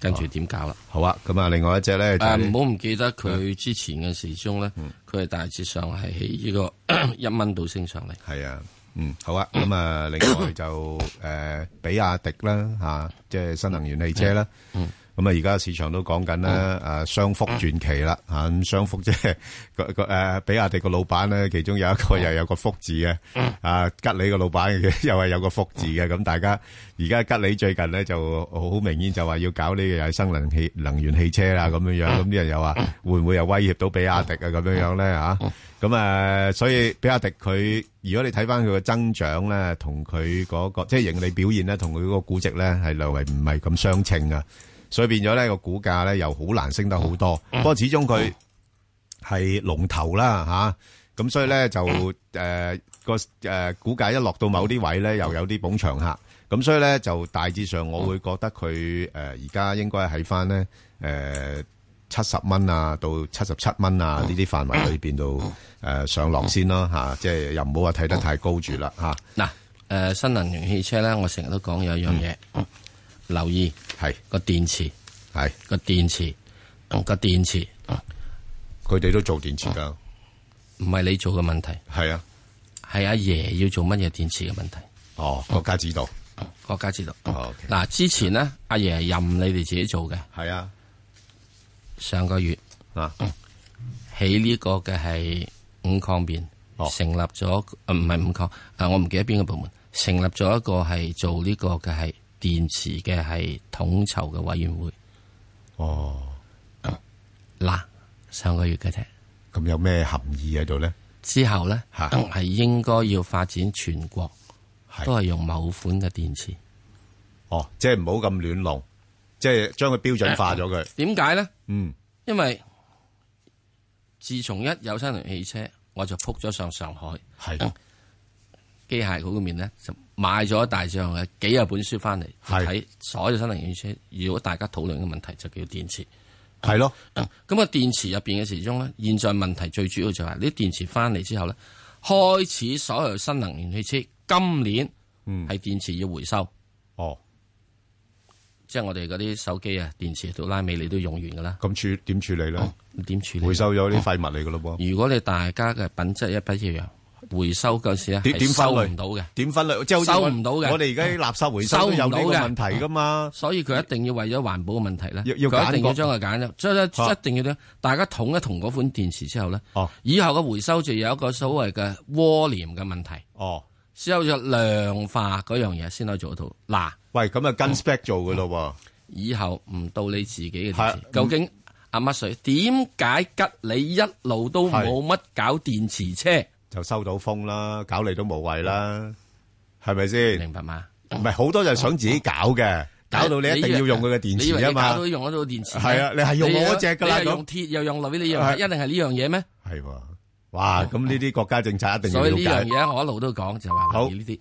跟住點搞啦。好啊，咁啊，另外一隻咧就誒係唔好唔記得佢之前嘅時鐘咧，佢係大致上係喺呢個 [COUGHS] 一蚊度升上嚟。係啊，嗯，好啊，咁啊，另外就诶、呃比亞迪啦，吓、即係新能源汽車啦。嗯咁啊，而家市場都講緊啦，誒雙福傳奇啦，嚇咁雙福即 [LAUGHS] 係個個誒比亞迪個老闆咧，其中有一嗯個又有個福字嘅，啊吉利個老闆嘅 [LAUGHS] 又係有個福字嘅，咁大家而家吉利最近咧就好明顯就話要搞呢個又係新能氣能源汽車啦咁樣樣，嗯咁啲人又話會唔會又威脅到比亞迪啊咁樣樣咧嚇？嗯咁誒，所以比亞迪佢如果你睇翻佢嘅增長咧，同佢嗰個即係盈利表現咧，同佢嗰個估值咧係略為唔係咁相稱啊。所以變咗呢個股價咧又好難升得好多。不過始終佢係龍頭啦吓，咁、所以咧就誒個誒股價一落到某啲位咧，又有啲捧場客。咁所以咧就大致上，我會覺得佢誒而家應該喺翻咧誒七十蚊啊到七十七蚊啊呢啲範圍裏邊度誒呃上落先啦吓、即係又唔好話睇得太高住啦吓。嗱、誒新能源汽車咧，我成日都講有一樣嘢，留意係個電池，係個電池，嗯個電池，佢哋都做電池㗎，唔係你做嘅問題，係啊，係阿爺要做乜嘢電池嘅問題。哦，國家指導，國家指導。哦嗱，之前呢，阿爺係任你哋自己做嘅。係啊，上個月啊，喺呢個嘅係五礦面成立咗，呃唔係五礦，啊我唔記得邊個部門成立咗一個係做呢個嘅係電池嘅係統籌嘅委員會。哦，嗱，上個月嘅啫。咁有咩含義喺度咧？之後咧，係應該要發展全國，都係用某款嘅電池。哦，即係唔好咁亂弄，即係將佢標準化咗佢。點解咧？嗯，因為自從一有新能源汽車，我就撲咗上上海，係機械嗰個面咧就買咗大量嘅幾廿本書翻嚟，就睇所有新能源汽車。如果大家討論嘅問題就叫電池，係咯。咁啊，電池入邊嘅時鐘咧，現在問題最主要就係呢啲電池翻嚟之後咧，開始所有新能源汽車今年係電池要回收。哦。即係我哋嗰啲手機啊，電池到拉尾你都用完噶啦。咁處點處理咧？點處嗯理？啊回收咗啲廢物嚟噶咯噃。如果你大家嘅品質一不一樣，回收嗰時咧點點係分收類唔到嘅，點分類即係好似收我唔到嘅。我哋而家啲垃圾回收收都有呢個唔到嘅問題㗎嘛，所以佢一定要為咗環保嘅問題咧，要要佢一定要揀將佢揀咗，即係啊一定要咧，大家統一同嗰款電池之後咧，哦，以後嘅回收就有一個所謂嘅窩廉嘅問題，哦，之後就量化嗰樣嘢先可以做到。嗱，喂，咁啊跟 spec 做噶咯喎，以後唔到你自己嘅電係池，究竟阿乜水點解吉利一路都係冇乜搞電池車？就收到風啦，搞嚟都無謂啦，係咪先？嗯明白嘛？唔係好多就係想自己搞嘅，搞到你一定要用佢嘅電你以為池啊你搞嘛到。用得到電池咩，係啊你係用我嗰隻㗎啦你又用咁鐵又用鋁，你又係一定係呢樣嘢咩？係喎，哇！咁呢啲國家政策一定要哦所以呢了樣解。嘢我一路都講就話留意呢啲。